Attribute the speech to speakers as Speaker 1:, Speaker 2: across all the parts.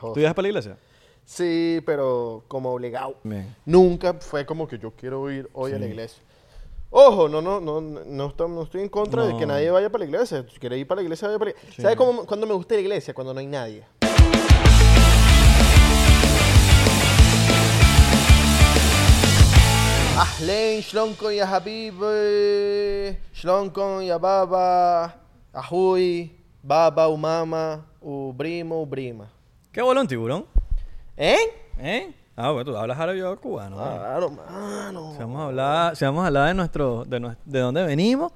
Speaker 1: ¿Tú ibas para la iglesia?
Speaker 2: Sí, pero como obligado.
Speaker 1: Bien.
Speaker 2: Nunca fue como que yo quiero ir hoy a la iglesia. Ojo, no, no, no, no, no estoy, no estoy en contra de que
Speaker 1: No.
Speaker 2: nadie vaya para la iglesia. Si quiere ir para la iglesia, vaya para la iglesia. ¿Sabes cómo, cuándo me gusta ir a la iglesia? Cuando no hay nadie. Ahlen, Shlonko y Habib, Shlonko y Baba, Ahui, Baba, Umama, Ubrimo, Ubrima.
Speaker 1: ¿Qué voló un tiburón?
Speaker 2: ¿Eh?
Speaker 1: ¿Eh? Ah, bueno, tú hablas árabe y yo hablo cubano. mano.
Speaker 2: Claro, mano.
Speaker 1: Si vamos a hablar, si vamos a hablar de, nuestro, de, nues- de dónde venimos,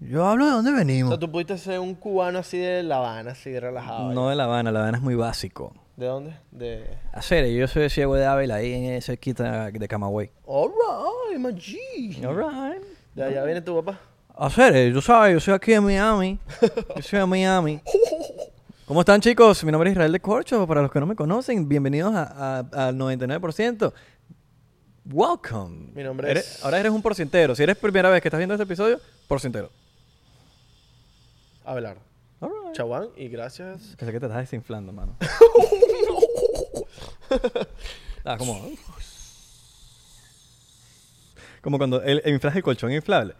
Speaker 1: yo hablo de dónde
Speaker 2: O sea,
Speaker 1: venimos.
Speaker 2: tú pudiste ser un cubano así de La Habana, así relajado.
Speaker 1: No de La Habana, La Habana es muy básico.
Speaker 2: ¿De dónde? De.
Speaker 1: Hacer, yo soy de Ciego de Ávila, ahí en ese cerquita de Camagüey.
Speaker 2: Alright, my G.
Speaker 1: All right.
Speaker 2: De allá viene tu papá.
Speaker 1: Hacer, tú sabes, yo soy aquí en Miami. Yo soy de Miami. ¿Cómo están chicos? Mi nombre es Israel de Corcho. Para los que no me conocen, bienvenidos a- a- al 99%. Welcome.
Speaker 2: Mi nombre
Speaker 1: Eres-
Speaker 2: es-
Speaker 1: Ahora eres un porcientero. Si eres primera vez que estás viendo este episodio, porcientero.
Speaker 2: Abelardo.
Speaker 1: All right.
Speaker 2: Chaguán y gracias.
Speaker 1: Pensé que te estás desinflando, mano. Estaba como... Como cuando el, inflas el colchón inflable.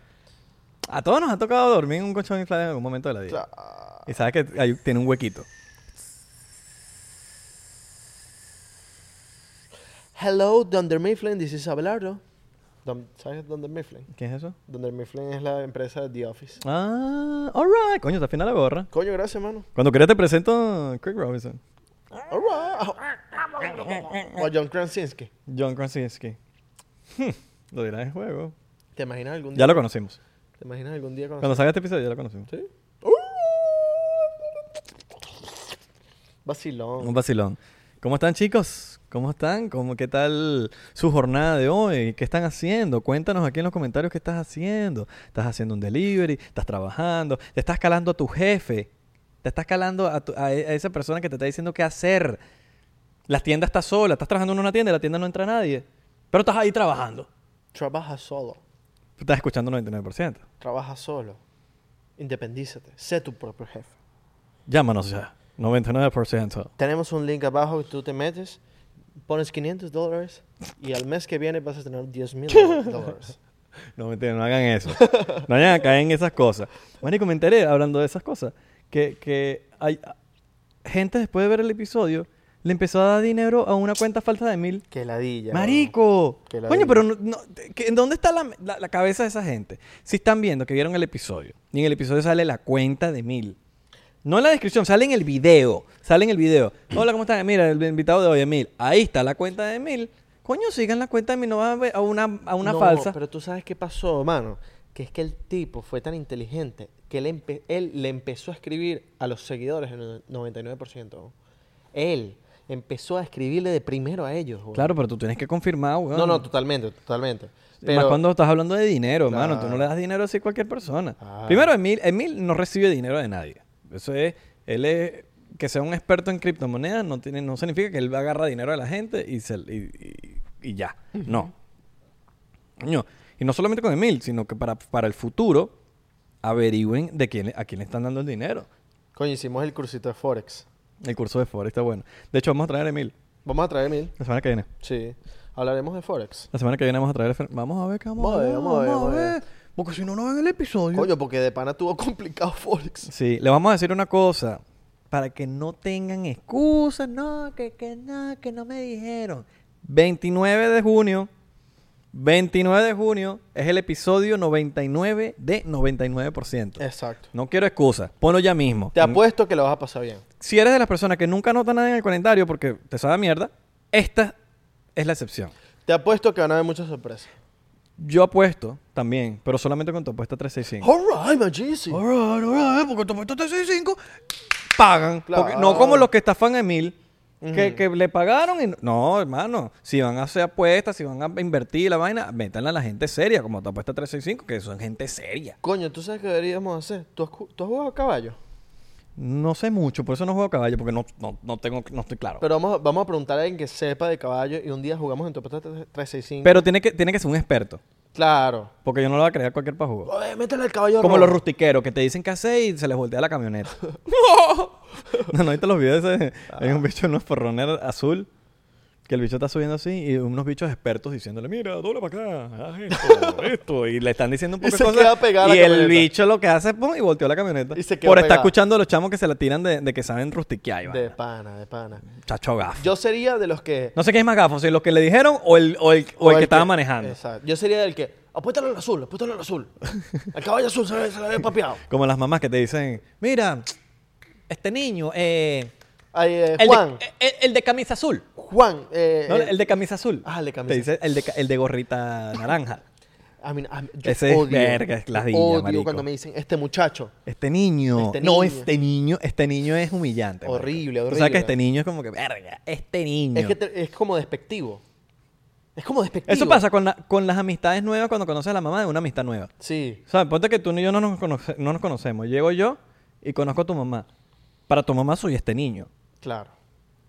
Speaker 1: A todos nos ha tocado dormir en un colchón inflable en algún momento de la vida.
Speaker 2: Cla-
Speaker 1: Y sabes que ahí tiene un huequito.
Speaker 2: Hello, Dunder Mifflin, this is Abelardo. Dun- ¿Sabes Dunder Mifflin?
Speaker 1: ¿Qué es eso?
Speaker 2: Dunder Mifflin es la empresa de The Office.
Speaker 1: Ah, alright. Coño, está fina la gorra.
Speaker 2: Coño, gracias, mano.
Speaker 1: Cuando quieras te presento a Craig Robinson.
Speaker 2: Alright. O a John Krasinski.
Speaker 1: John Krasinski. Hmm, lo dirás en juego.
Speaker 2: ¿Te imaginas algún día?
Speaker 1: Ya lo conocimos.
Speaker 2: ¿Te imaginas algún día cuando...
Speaker 1: Cuando salga este episodio ya lo conocimos.
Speaker 2: ¿Sí? Vacilón.
Speaker 1: Un vacilón. ¿Cómo están chicos? ¿Cómo están? ¿Cómo, ¿Qué tal su jornada de hoy? ¿Qué están haciendo? Cuéntanos aquí en los comentarios qué estás haciendo. ¿Estás haciendo un delivery? ¿Estás trabajando? ¿Te estás calando a tu jefe? ¿Te estás calando a, tu- a e- a esa persona que te está diciendo qué hacer? La tienda está sola. Estás trabajando en una tienda y la tienda no entra nadie. Pero estás ahí trabajando.
Speaker 2: Trabaja solo.
Speaker 1: Tú Estás escuchando 99%.
Speaker 2: Trabaja solo. Independízate. Sé tu propio jefe.
Speaker 1: Llámanos ya. 99%.
Speaker 2: Tenemos un link abajo que tú te metes, pones 500 dólares y al mes que viene vas a tener 10 mil dólares.
Speaker 1: No, mentira, no hagan eso. No vayan a caer en esas cosas. Marico, me enteré hablando de esas cosas. Que, que hay a- gente después de ver el episodio le empezó a dar dinero a una cuenta falsa de mil.
Speaker 2: Que ladilla.
Speaker 1: Marico.
Speaker 2: Qué
Speaker 1: Coño,
Speaker 2: ladilla.
Speaker 1: pero no- no- que- ¿en dónde está la, la- la cabeza de esa gente? Si están viendo que vieron el episodio y en el episodio sale la cuenta de mil. No en la descripción, sale en el video. Sale en el video. Hola, ¿cómo están? Mira, el invitado de hoy es mil. Ahí está la cuenta de mil. Coño, sigan la cuenta de mil, no van a ver a una, a una
Speaker 2: No,
Speaker 1: falsa.
Speaker 2: Pero tú sabes qué pasó, mano. Que es que el tipo fue tan inteligente que él, empe- él le empezó a escribir a los seguidores en el 99%. Él empezó a escribirle de primero a ellos. güey.
Speaker 1: Claro, pero tú tienes que confirmar, weón.
Speaker 2: No, no, totalmente, totalmente.
Speaker 1: Más
Speaker 2: Pero
Speaker 1: cuando estás hablando de dinero, hermano. Tú no
Speaker 2: Claro.
Speaker 1: le das dinero así a cualquier persona.
Speaker 2: Ah.
Speaker 1: Primero, Emil, Emil no recibe dinero de nadie. Eso es... Él es... Que sea un experto en criptomonedas no, tiene, no significa que él agarra dinero de la gente y, se, y, y- y ya. No. Coño, Y no solamente con Emil, sino que para, para el futuro averigüen de quién, a quién le están dando el dinero.
Speaker 2: Coño, hicimos el cursito de Forex.
Speaker 1: El curso de Forex está bueno. De hecho, vamos a traer a Emil
Speaker 2: Vamos a traer mil.
Speaker 1: la semana que viene.
Speaker 2: Sí. Hablaremos de Forex.
Speaker 1: La semana que viene vamos a traer el... Fer- Vamos a ver qué vamos,
Speaker 2: Vamos a
Speaker 1: a ver.
Speaker 2: ver, vamos a ver, vamos a ver.
Speaker 1: Porque si no, no ven el episodio.
Speaker 2: Coño, porque de pana tuvo complicado Forex.
Speaker 1: Sí, le vamos a decir una cosa. Para que no tengan excusas. No, que, que no, que no me dijeron. 29 de junio. 29 de junio es el episodio 99 de 99%.
Speaker 2: Exacto.
Speaker 1: No quiero excusas. Ponlo ya mismo.
Speaker 2: Te apuesto que lo vas a pasar bien.
Speaker 1: Si eres de las personas que nunca anota nada en el calendario porque te sabe a mierda, esta es la excepción.
Speaker 2: Te apuesto que van a haber muchas sorpresas.
Speaker 1: Yo apuesto también, pero solamente con tu apuesta 365.
Speaker 2: Alright, my Jesus.
Speaker 1: Alright, alright, porque tú metes 365, pagan.
Speaker 2: Claro.
Speaker 1: Porque- no como los que estafan a Emil, que, que le pagaron y... No, hermano, si van a hacer apuestas, si van a invertir la vaina, métanla a la gente seria, como tu apuesta 365, que son gente seria.
Speaker 2: Coño, ¿tú sabes qué deberíamos hacer? ¿Tú has, cu- tú has jugado a caballo?
Speaker 1: No sé mucho, por eso no juego a caballo, porque no, no, no tengo, no estoy claro. Pero,
Speaker 2: Pero vamos a, vamos a preguntar a alguien que sepa de caballo y un día jugamos en tu apuesta 365.
Speaker 1: tiene, que, tiene que ser un experto,
Speaker 2: Claro.
Speaker 1: porque yo no lo voy a crear cualquier pajugo.
Speaker 2: Oye, métele al caballo
Speaker 1: Como
Speaker 2: rojo.
Speaker 1: los rustiqueros que te dicen que hacer y se les voltea la camioneta. No, no, ahorita los videos ese-
Speaker 2: Ah.
Speaker 1: hay un bicho en un forronero azul que el bicho está subiendo así y unos bichos expertos diciéndole, mira, dobla para acá, haz esto, esto. Y le están diciendo un
Speaker 2: Y
Speaker 1: poco
Speaker 2: se
Speaker 1: de
Speaker 2: queda
Speaker 1: cosas.
Speaker 2: pegada la
Speaker 1: y el
Speaker 2: camioneta.
Speaker 1: bicho lo que hace es pum y volteó la camioneta.
Speaker 2: Y se quedó
Speaker 1: Por estar
Speaker 2: pegada.
Speaker 1: escuchando a los chamos que se la tiran de, de que saben rustiquear. y
Speaker 2: De
Speaker 1: vaina.
Speaker 2: pana, de pana.
Speaker 1: Chacho gafo.
Speaker 2: Yo sería de los que...
Speaker 1: No sé qué es más gafo, si los que le dijeron o el, o el, o el que estaba manejando.
Speaker 2: Exacto. Yo sería del que... Apuéstalo al azul, apuéstalo al azul. Al caballo azul se le, se le ve papeado.
Speaker 1: Como las mamás que te dicen, mira, este niño, eh,
Speaker 2: Ay, eh,
Speaker 1: el,
Speaker 2: Juan,
Speaker 1: de, el- el de camisa azul.
Speaker 2: Juan, eh,
Speaker 1: No,
Speaker 2: eh,
Speaker 1: el de camisa azul.
Speaker 2: Ah, el de camisa.
Speaker 1: Te dice el de, ca- el de gorrita naranja.
Speaker 2: a mí- a mí- yo
Speaker 1: Ese es
Speaker 2: odio,
Speaker 1: verga, es ladilla,
Speaker 2: odio
Speaker 1: marico.
Speaker 2: cuando me dicen, este muchacho.
Speaker 1: Este niño.
Speaker 2: Este
Speaker 1: no,
Speaker 2: niño.
Speaker 1: este niño. Este niño es humillante. marico.
Speaker 2: Horrible,
Speaker 1: Tú sabes
Speaker 2: horrible.
Speaker 1: que este niño es como que, verga, este niño.
Speaker 2: Es que te- es como despectivo. Es como despectivo.
Speaker 1: Eso pasa con, la- con las amistades nuevas cuando conoces a la mamá de una amistad nueva.
Speaker 2: Sí.
Speaker 1: O sea, ponte que tú ni yo no nos, conoce- no nos conocemos. Llego yo y conozco a tu mamá. Para tu mamá soy este niño.
Speaker 2: Claro.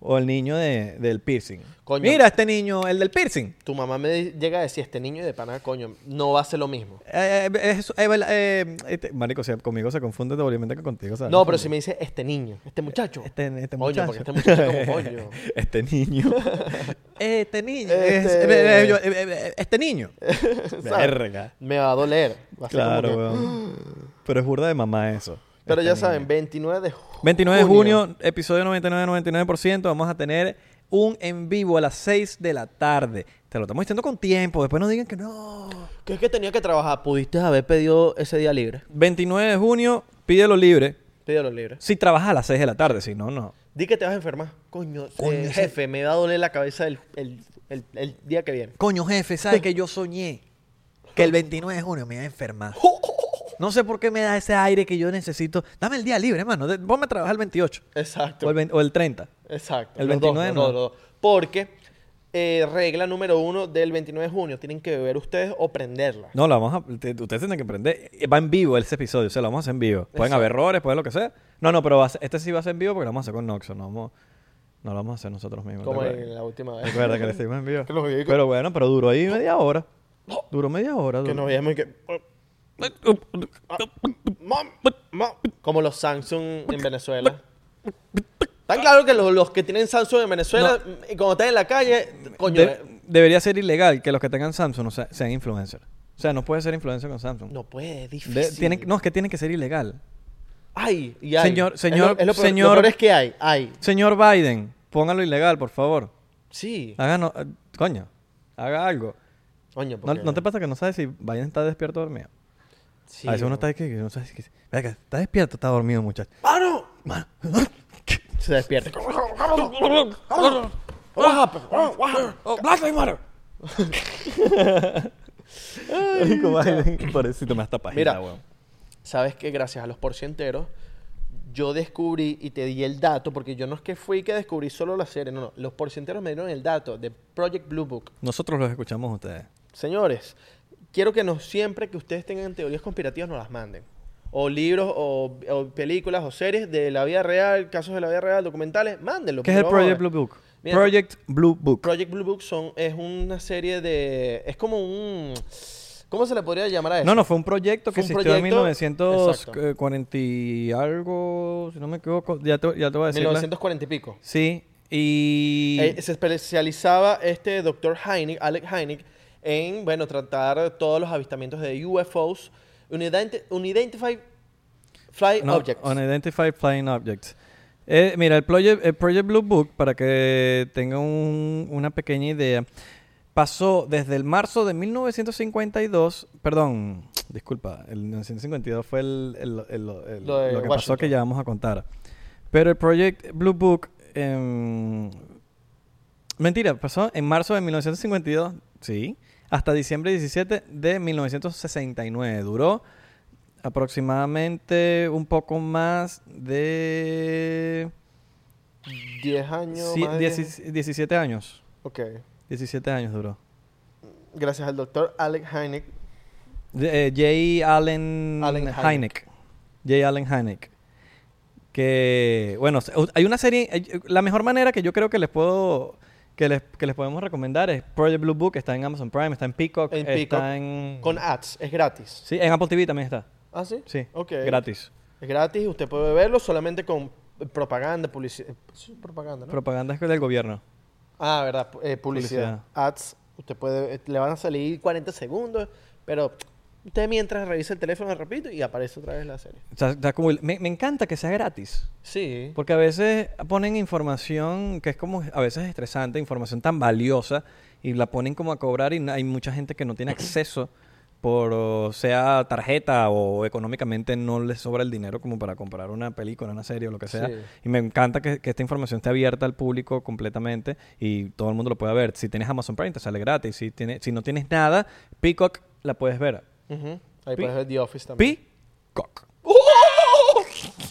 Speaker 1: O el niño de- del piercing.
Speaker 2: Coño.
Speaker 1: Mira, este niño, el del piercing.
Speaker 2: Tu mamá me di- llega a decir, este niño de pana, coño, no va a ser lo mismo.
Speaker 1: Eh, eh, es- eh, vela- eh, este- marico, si conmigo se confunde, obviamente que contigo. ¿sabes?
Speaker 2: No, pero si me dice este niño, este muchacho.
Speaker 1: Este, este
Speaker 2: Coño,
Speaker 1: muchacho.
Speaker 2: porque este muchacho es como coño.
Speaker 1: este niño. este niño.
Speaker 2: Este-
Speaker 1: Es- eh, eh, yo- eh, eh, este niño.
Speaker 2: ¿Sabes?
Speaker 1: Verga.
Speaker 2: Me va a doler. Va a ser como
Speaker 1: Claro,
Speaker 2: que-
Speaker 1: weón. Pero es burda de mamá eso.
Speaker 2: Pero
Speaker 1: Este
Speaker 2: ya
Speaker 1: niño.
Speaker 2: saben, 29 de junio.
Speaker 1: 29 de junio, episodio 99, 99%. Vamos a tener un en vivo a las 6 de la tarde. Te lo estamos diciendo con tiempo. Después no digan que no.
Speaker 2: ¿Qué es que tenía que trabajar? ¿Pudiste haber pedido ese día libre?
Speaker 1: 29 de junio, pídelo libre.
Speaker 2: Pídelo libre.
Speaker 1: Si trabajas a las 6 de la tarde, si no, no.
Speaker 2: Di que te vas a enfermar. Coño,
Speaker 1: Coño,
Speaker 2: eh,
Speaker 1: ese-
Speaker 2: jefe, me va a doler la cabeza el, el- el- el día que viene.
Speaker 1: Coño, jefe, ¿sabes que yo soñé que el 29 de junio me iba a enfermar? No sé por qué me da ese aire que yo necesito. Dame el día libre, hermano. De- Ponme a trabajar el 28
Speaker 2: Exacto.
Speaker 1: o el, vein- o el 30.
Speaker 2: Exacto.
Speaker 1: El
Speaker 2: los dos,
Speaker 1: 29
Speaker 2: los
Speaker 1: no.
Speaker 2: dos, los dos. Porque eh, regla número uno del 29 de junio, tienen que beber ustedes o prenderla.
Speaker 1: No, la vamos a, te- ustedes tienen que aprender. Va en vivo ese episodio, o sea, lo vamos a hacer en vivo. Pueden
Speaker 2: Exacto.
Speaker 1: haber errores, puede lo que sea. No, no, pero va a ser- este sí va a ser en vivo porque lo vamos a hacer con Noxo. No, vamos- no lo vamos a hacer nosotros mismos.
Speaker 2: como
Speaker 1: ¿te acuerdas?
Speaker 2: en la última vez.
Speaker 1: Recuerda que le hicimos en vivo.
Speaker 2: Que los vehículos-
Speaker 1: Pero bueno, pero duró ahí media hora. Duró media hora.
Speaker 2: Que
Speaker 1: duró.
Speaker 2: nos veíamos y que... ah, mam, mam, Como los Samsung en Venezuela. Tan claro que los, los que tienen Samsung en Venezuela, mm, y cuando están en la calle, coño,
Speaker 1: De-
Speaker 2: eh,
Speaker 1: debería ser ilegal que los que tengan Samsung no sea- sean influencers. O sea, no puede ser influencer con Samsung.
Speaker 2: no puede, es difícil.
Speaker 1: De- tiene- no, es que tiene que ser ilegal.
Speaker 2: Hay, y hay.
Speaker 1: Señor-
Speaker 2: Es
Speaker 1: señor-
Speaker 2: lo- es lo peor-
Speaker 1: señor-
Speaker 2: Lo peor es que hay, hay.
Speaker 1: Señor Biden, póngalo ilegal, por favor.
Speaker 2: Sí.
Speaker 1: Háganos, eh, coño, haga algo.
Speaker 2: Coño,
Speaker 1: ¿No,
Speaker 2: porque-
Speaker 1: no te pasa que no sabes si Biden está despierto o dormido?
Speaker 2: Sí,
Speaker 1: A veces uno
Speaker 2: no.
Speaker 1: está ahí que que no sabes que... Venga, ¿está despierto o está dormido, muchacho?
Speaker 2: ¡Ah, no!
Speaker 1: Mano,
Speaker 2: Se despierta. Oh,
Speaker 1: Black Lives Matter. Marico, Biden, pobrecito, me da esta página,
Speaker 2: Mira.
Speaker 1: weón.
Speaker 2: Sabes que gracias a los porcienteros, yo descubrí y te di el dato, porque yo no es que fui que descubrí solo la serie, no, no. Los porcienteros me dieron el dato de Project Blue Book.
Speaker 1: Nosotros los escuchamos a ustedes.
Speaker 2: Señores, quiero que nos siempre que ustedes tengan teorías conspirativas nos las manden. O libros, o, o películas, o series de la vida real, casos de la vida real, documentales, mándenlo.
Speaker 1: ¿Qué es
Speaker 2: porque
Speaker 1: el
Speaker 2: lo vamos a
Speaker 1: Project Blue
Speaker 2: ver.
Speaker 1: Book?
Speaker 2: Mira,
Speaker 1: Project Blue Book.
Speaker 2: Project Blue Book son, es una serie de... Es como un... ¿Cómo se le podría llamar a eso?
Speaker 1: No, no, fue un proyecto que
Speaker 2: Fue un
Speaker 1: existió en
Speaker 2: proyecto-
Speaker 1: 1940 y algo, si no me equivoco. Ya te, ya te voy a decir. la-
Speaker 2: 1940 y pico.
Speaker 1: Sí, y...
Speaker 2: Eh, se especializaba este doctor Heinig, Alec Heinig, en, bueno, tratar todos los avistamientos de UFOs, unidenti- unidentified fly
Speaker 1: No,
Speaker 2: objects.
Speaker 1: Unidentified Flying Objects. Eh, mira, el Project, el Project Blue Book, para que tengan un- una pequeña idea, pasó desde el marzo de 1952, perdón, disculpa, el 1952 fue el, el- el- el-
Speaker 2: Lo de
Speaker 1: lo que pasó
Speaker 2: Washington.
Speaker 1: que ya vamos a contar. Pero el Project Blue Book, em, mentira, pasó en marzo de 1952, sí, hasta diciembre 17 de 1969. Duró aproximadamente un poco más de
Speaker 2: 10 años
Speaker 1: sí,
Speaker 2: más de diez-
Speaker 1: 17 17 años.
Speaker 2: Ok.
Speaker 1: 17 años duró.
Speaker 2: Gracias al doctor Alec Heinig.
Speaker 1: De- eh, Jay Allen,
Speaker 2: Allen
Speaker 1: Hynek.
Speaker 2: Hynek.
Speaker 1: Jay Allen Hynek. Que, bueno, se- u- hay una serie, hay- la mejor manera que yo creo que les puedo, que les, que les podemos recomendar es Project Blue Book, está en Amazon Prime, está en Peacock,
Speaker 2: En
Speaker 1: está
Speaker 2: Peacock,
Speaker 1: en...
Speaker 2: Con ads, es gratis.
Speaker 1: sí, en Apple TV también está.
Speaker 2: ¿Ah, sí?
Speaker 1: Sí,
Speaker 2: Ok.
Speaker 1: gratis.
Speaker 2: Es gratis, usted puede verlo solamente con propaganda, publicidad. Propaganda, ¿no?
Speaker 1: Propaganda es del gobierno.
Speaker 2: ah, verdad, pu- eh, publicidad.
Speaker 1: Publicidad.
Speaker 2: Ads, usted puede, eh, le van a salir 40 segundos, pero usted mientras revisa el teléfono, repito, y aparece otra vez la serie.
Speaker 1: O sea, está como el- me, me encanta que sea gratis.
Speaker 2: Sí.
Speaker 1: Porque a veces ponen información que es como a veces estresante, información tan valiosa, y la ponen como a cobrar y na- hay mucha gente que no tiene acceso por o sea tarjeta o económicamente no les sobra el dinero como para comprar una película, una serie o lo que sea.
Speaker 2: Sí.
Speaker 1: Y me encanta que, que esta información esté abierta al público completamente y todo el mundo lo pueda ver. Si tienes Amazon Prime te sale gratis, si, tiene, si no tienes nada, Peacock la puedes ver.
Speaker 2: Ujú. Ahí
Speaker 1: Pi-
Speaker 2: puedes ver The Office también.
Speaker 1: Peacock. ¡Oh!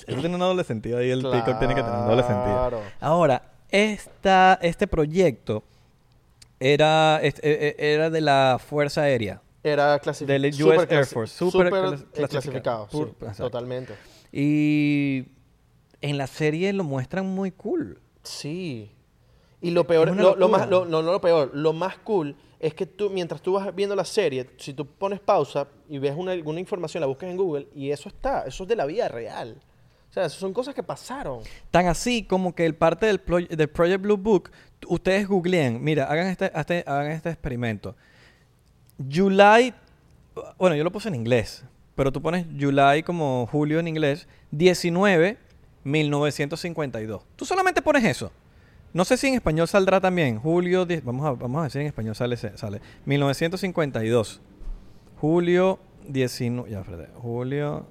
Speaker 1: Eso tiene un doble sentido ahí, el Peacock tiene que tener un doble sentido.
Speaker 2: Claro.
Speaker 1: Ahora, esta, este proyecto era, es- e- e- era de la Fuerza Aérea.
Speaker 2: Era clasificado.
Speaker 1: Del US Air Force, super
Speaker 2: Super,
Speaker 1: clas-
Speaker 2: eh, clasificado.
Speaker 1: clasificado. Pur-
Speaker 2: sí,
Speaker 1: exacto.
Speaker 2: totalmente.
Speaker 1: Y en la serie lo muestran muy cool.
Speaker 2: Sí. Y lo peor,
Speaker 1: una
Speaker 2: lo, lo
Speaker 1: locura.
Speaker 2: más, lo- no, no lo peor, lo más cool es que tú, mientras tú vas viendo la serie, si tú pones pausa y ves una, alguna información, la buscas en Google y eso está, eso es de la vida real. O sea, eso son cosas que pasaron.
Speaker 1: Tan así como que el parte del, plo- del Project Blue Book, t- ustedes googleen, mira, hagan este, este- hagan este experimento. July, bueno, yo lo puse en inglés, pero tú pones July como julio en inglés, 19, 1952. Tú solamente pones eso. No sé si en español saldrá también. Julio, 10 vamos, a, vamos a decir en español sale, se- sale. 1952. Julio 19. Ya, espérate. Julio.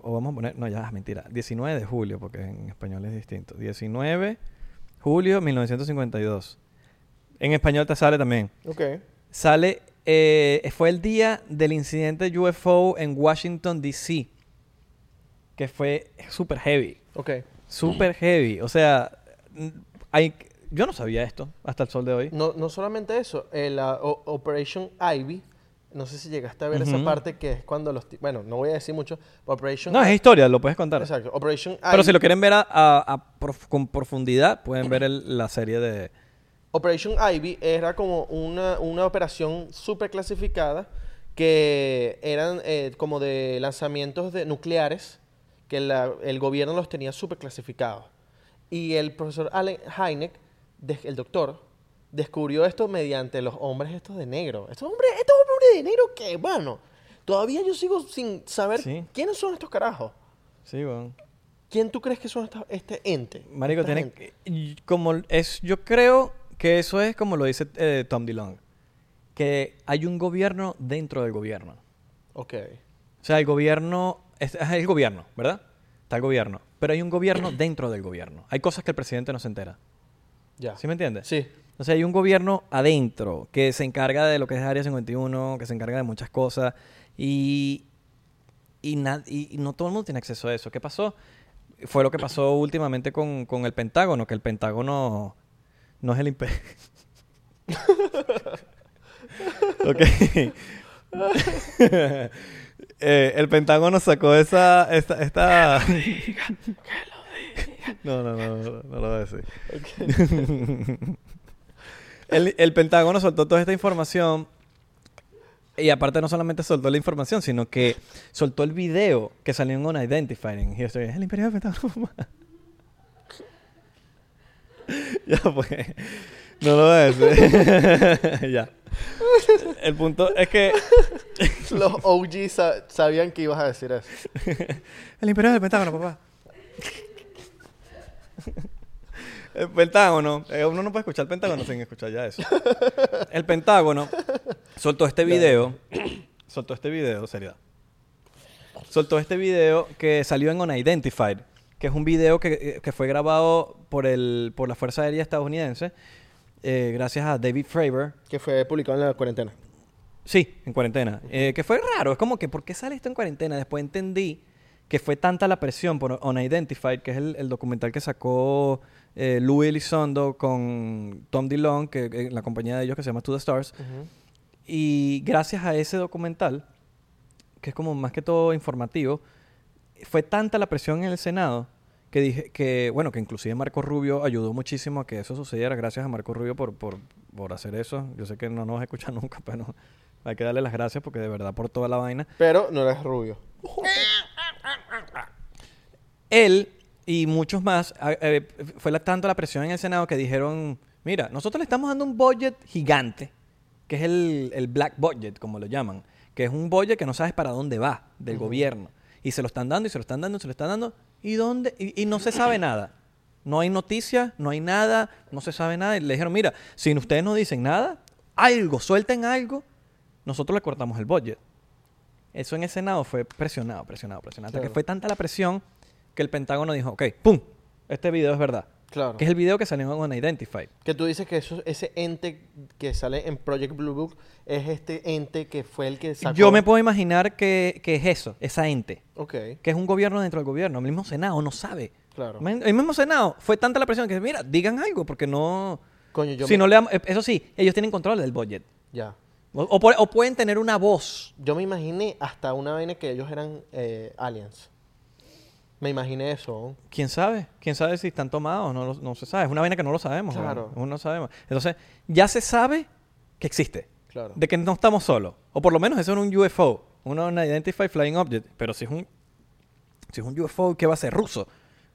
Speaker 1: O vamos a poner. No, ya, mentira. 19 de julio, porque en español es distinto. 19 julio 1952. En español te sale también.
Speaker 2: Ok.
Speaker 1: Sale. eh, fue el día del incidente UFO en Washington, D.C. Que fue super heavy.
Speaker 2: Ok.
Speaker 1: Super heavy. O sea, n- hay, yo no sabía esto hasta el sol de hoy.
Speaker 2: No, no solamente eso, eh, la o- Operation Ivy, no sé si llegaste a ver esa
Speaker 1: Ujú.
Speaker 2: parte que es cuando los... ti- Bueno, no voy a decir mucho. Operation
Speaker 1: No, es historia, lo puedes contar.
Speaker 2: Exacto. Operation Ivy.
Speaker 1: Pero si lo quieren ver a- a- a prof- con profundidad, pueden ver el- la serie de...
Speaker 2: Operation Ivy era como una, una operación súper clasificada que eran eh, como de lanzamientos de nucleares que la- el gobierno los tenía súper clasificados. Y el profesor Allen Hynek, des- el doctor, descubrió esto mediante los hombres estos de negro. Estos hombres, estos hombres de negro que, bueno, todavía yo sigo sin saber
Speaker 1: Sí.
Speaker 2: quiénes son estos carajos.
Speaker 1: Sí, weón.
Speaker 2: ¿Quién tú crees que son esta- este ente?
Speaker 1: Marico,
Speaker 2: Esta
Speaker 1: tiene...
Speaker 2: gente.
Speaker 1: y Como es, yo creo que eso es como lo dice eh, Tom DeLonge. Que hay un gobierno dentro del gobierno.
Speaker 2: Ok.
Speaker 1: O sea, el gobierno... Es, es el gobierno, ¿verdad? Está el gobierno. Pero hay un gobierno dentro del gobierno. Hay cosas que el presidente no se entera.
Speaker 2: Ya.
Speaker 1: ¿Sí me entiendes?
Speaker 2: Sí.
Speaker 1: O sea, hay un gobierno adentro que se encarga de lo que es Área 51, que se encarga de muchas cosas y, y, na- y- y no todo el mundo tiene acceso a eso. ¿Qué pasó? Fue lo que pasó últimamente con, con el Pentágono, que el Pentágono no es el imperio. ok. Eh, el Pentágono sacó esa... Esta, esta... No, no, no, no, no lo voy a decir. el, el Pentágono soltó toda esta información. Y aparte no solamente soltó la información, sino que soltó el video que salió en Unidentified. Y yo estoy, es el imperio del Pentágono. mamá". ya pues. No lo es. ya. El punto es que
Speaker 2: Los OG sa- sabían que ibas a decir eso.
Speaker 1: El imperio del Pentágono, papá. El Pentágono, eh, uno no puede escuchar el Pentágono sin escuchar ya eso. El Pentágono soltó este video, soltó este video, seriedad. Soltó este video que salió en Unidentified, que es un video que, que fue grabado por, el, por la Fuerza Aérea estadounidense, eh, gracias a David Fravor,
Speaker 2: Que fue publicado en la cuarentena.
Speaker 1: Sí, en cuarentena. Eh, que fue raro. Es como que, ¿por qué sale esto en cuarentena? Después entendí que fue tanta la presión por Unidentified, que es el, el documental que sacó eh, Lou Elizondo con Tom DeLonge, que, que la compañía de ellos que se llama To The Stars. Y gracias a ese documental, que es como más que todo informativo, fue tanta la presión en el Senado que dije que, bueno, que inclusive Marco Rubio ayudó muchísimo a que eso sucediera. Gracias a Marco Rubio por, por, por hacer eso. Yo sé que no nos escucha nunca, pero hay que darle las gracias porque de verdad por toda la vaina.
Speaker 2: Pero no eres rubio.
Speaker 1: Él Y muchos más. a- eh, fue la- tanto la presión en el Senado que dijeron, mira, nosotros le estamos dando un budget gigante, que es el, el black budget, como lo llaman, que es un budget que no sabes para dónde va del gobierno. Y se lo están dando, y se lo están dando, y se lo están dando, y, dónde, y, y no se sabe nada. No hay noticias, no hay nada, no se sabe nada. Y le dijeron, mira, si ustedes no dicen nada, algo, suelten algo, nosotros le cortamos el budget. Eso en el Senado fue presionado, presionado, presionado. Hasta que
Speaker 2: Claro.
Speaker 1: fue tanta la presión que el Pentágono dijo, ok, ¡pum! Este video es verdad.
Speaker 2: Claro.
Speaker 1: Que es el video que salió en Identify.
Speaker 2: Que tú dices que eso, ese ente que sale en Project Blue Book es este ente que fue el que sacó.
Speaker 1: Yo me puedo imaginar que, que es eso, esa ente.
Speaker 2: Ok,
Speaker 1: Que es un gobierno dentro del gobierno. El mismo Senado no sabe.
Speaker 2: claro.
Speaker 1: Men- El mismo Senado fue tanta la presión que, mira, digan algo porque no...
Speaker 2: Coño, yo
Speaker 1: si
Speaker 2: me-
Speaker 1: no le damos- eh, Eso sí, ellos tienen control del budget.
Speaker 2: Ya.
Speaker 1: O, o pu- o pueden tener una voz.
Speaker 2: Yo me imaginé hasta una vaina que ellos eran eh, aliens. Me imaginé eso.
Speaker 1: ¿Quién sabe? ¿Quién sabe si están tomados? No, lo- no se sabe. Es una vaina que no lo sabemos. weón.
Speaker 2: Claro.
Speaker 1: No lo sabemos. Entonces, ya se sabe que existe.
Speaker 2: Claro.
Speaker 1: De que no estamos solos. O por lo menos eso era un UFO. Una, una Identified Flying Object. Pero si es un, si es un UFO, ¿qué va a ser? ¿Ruso?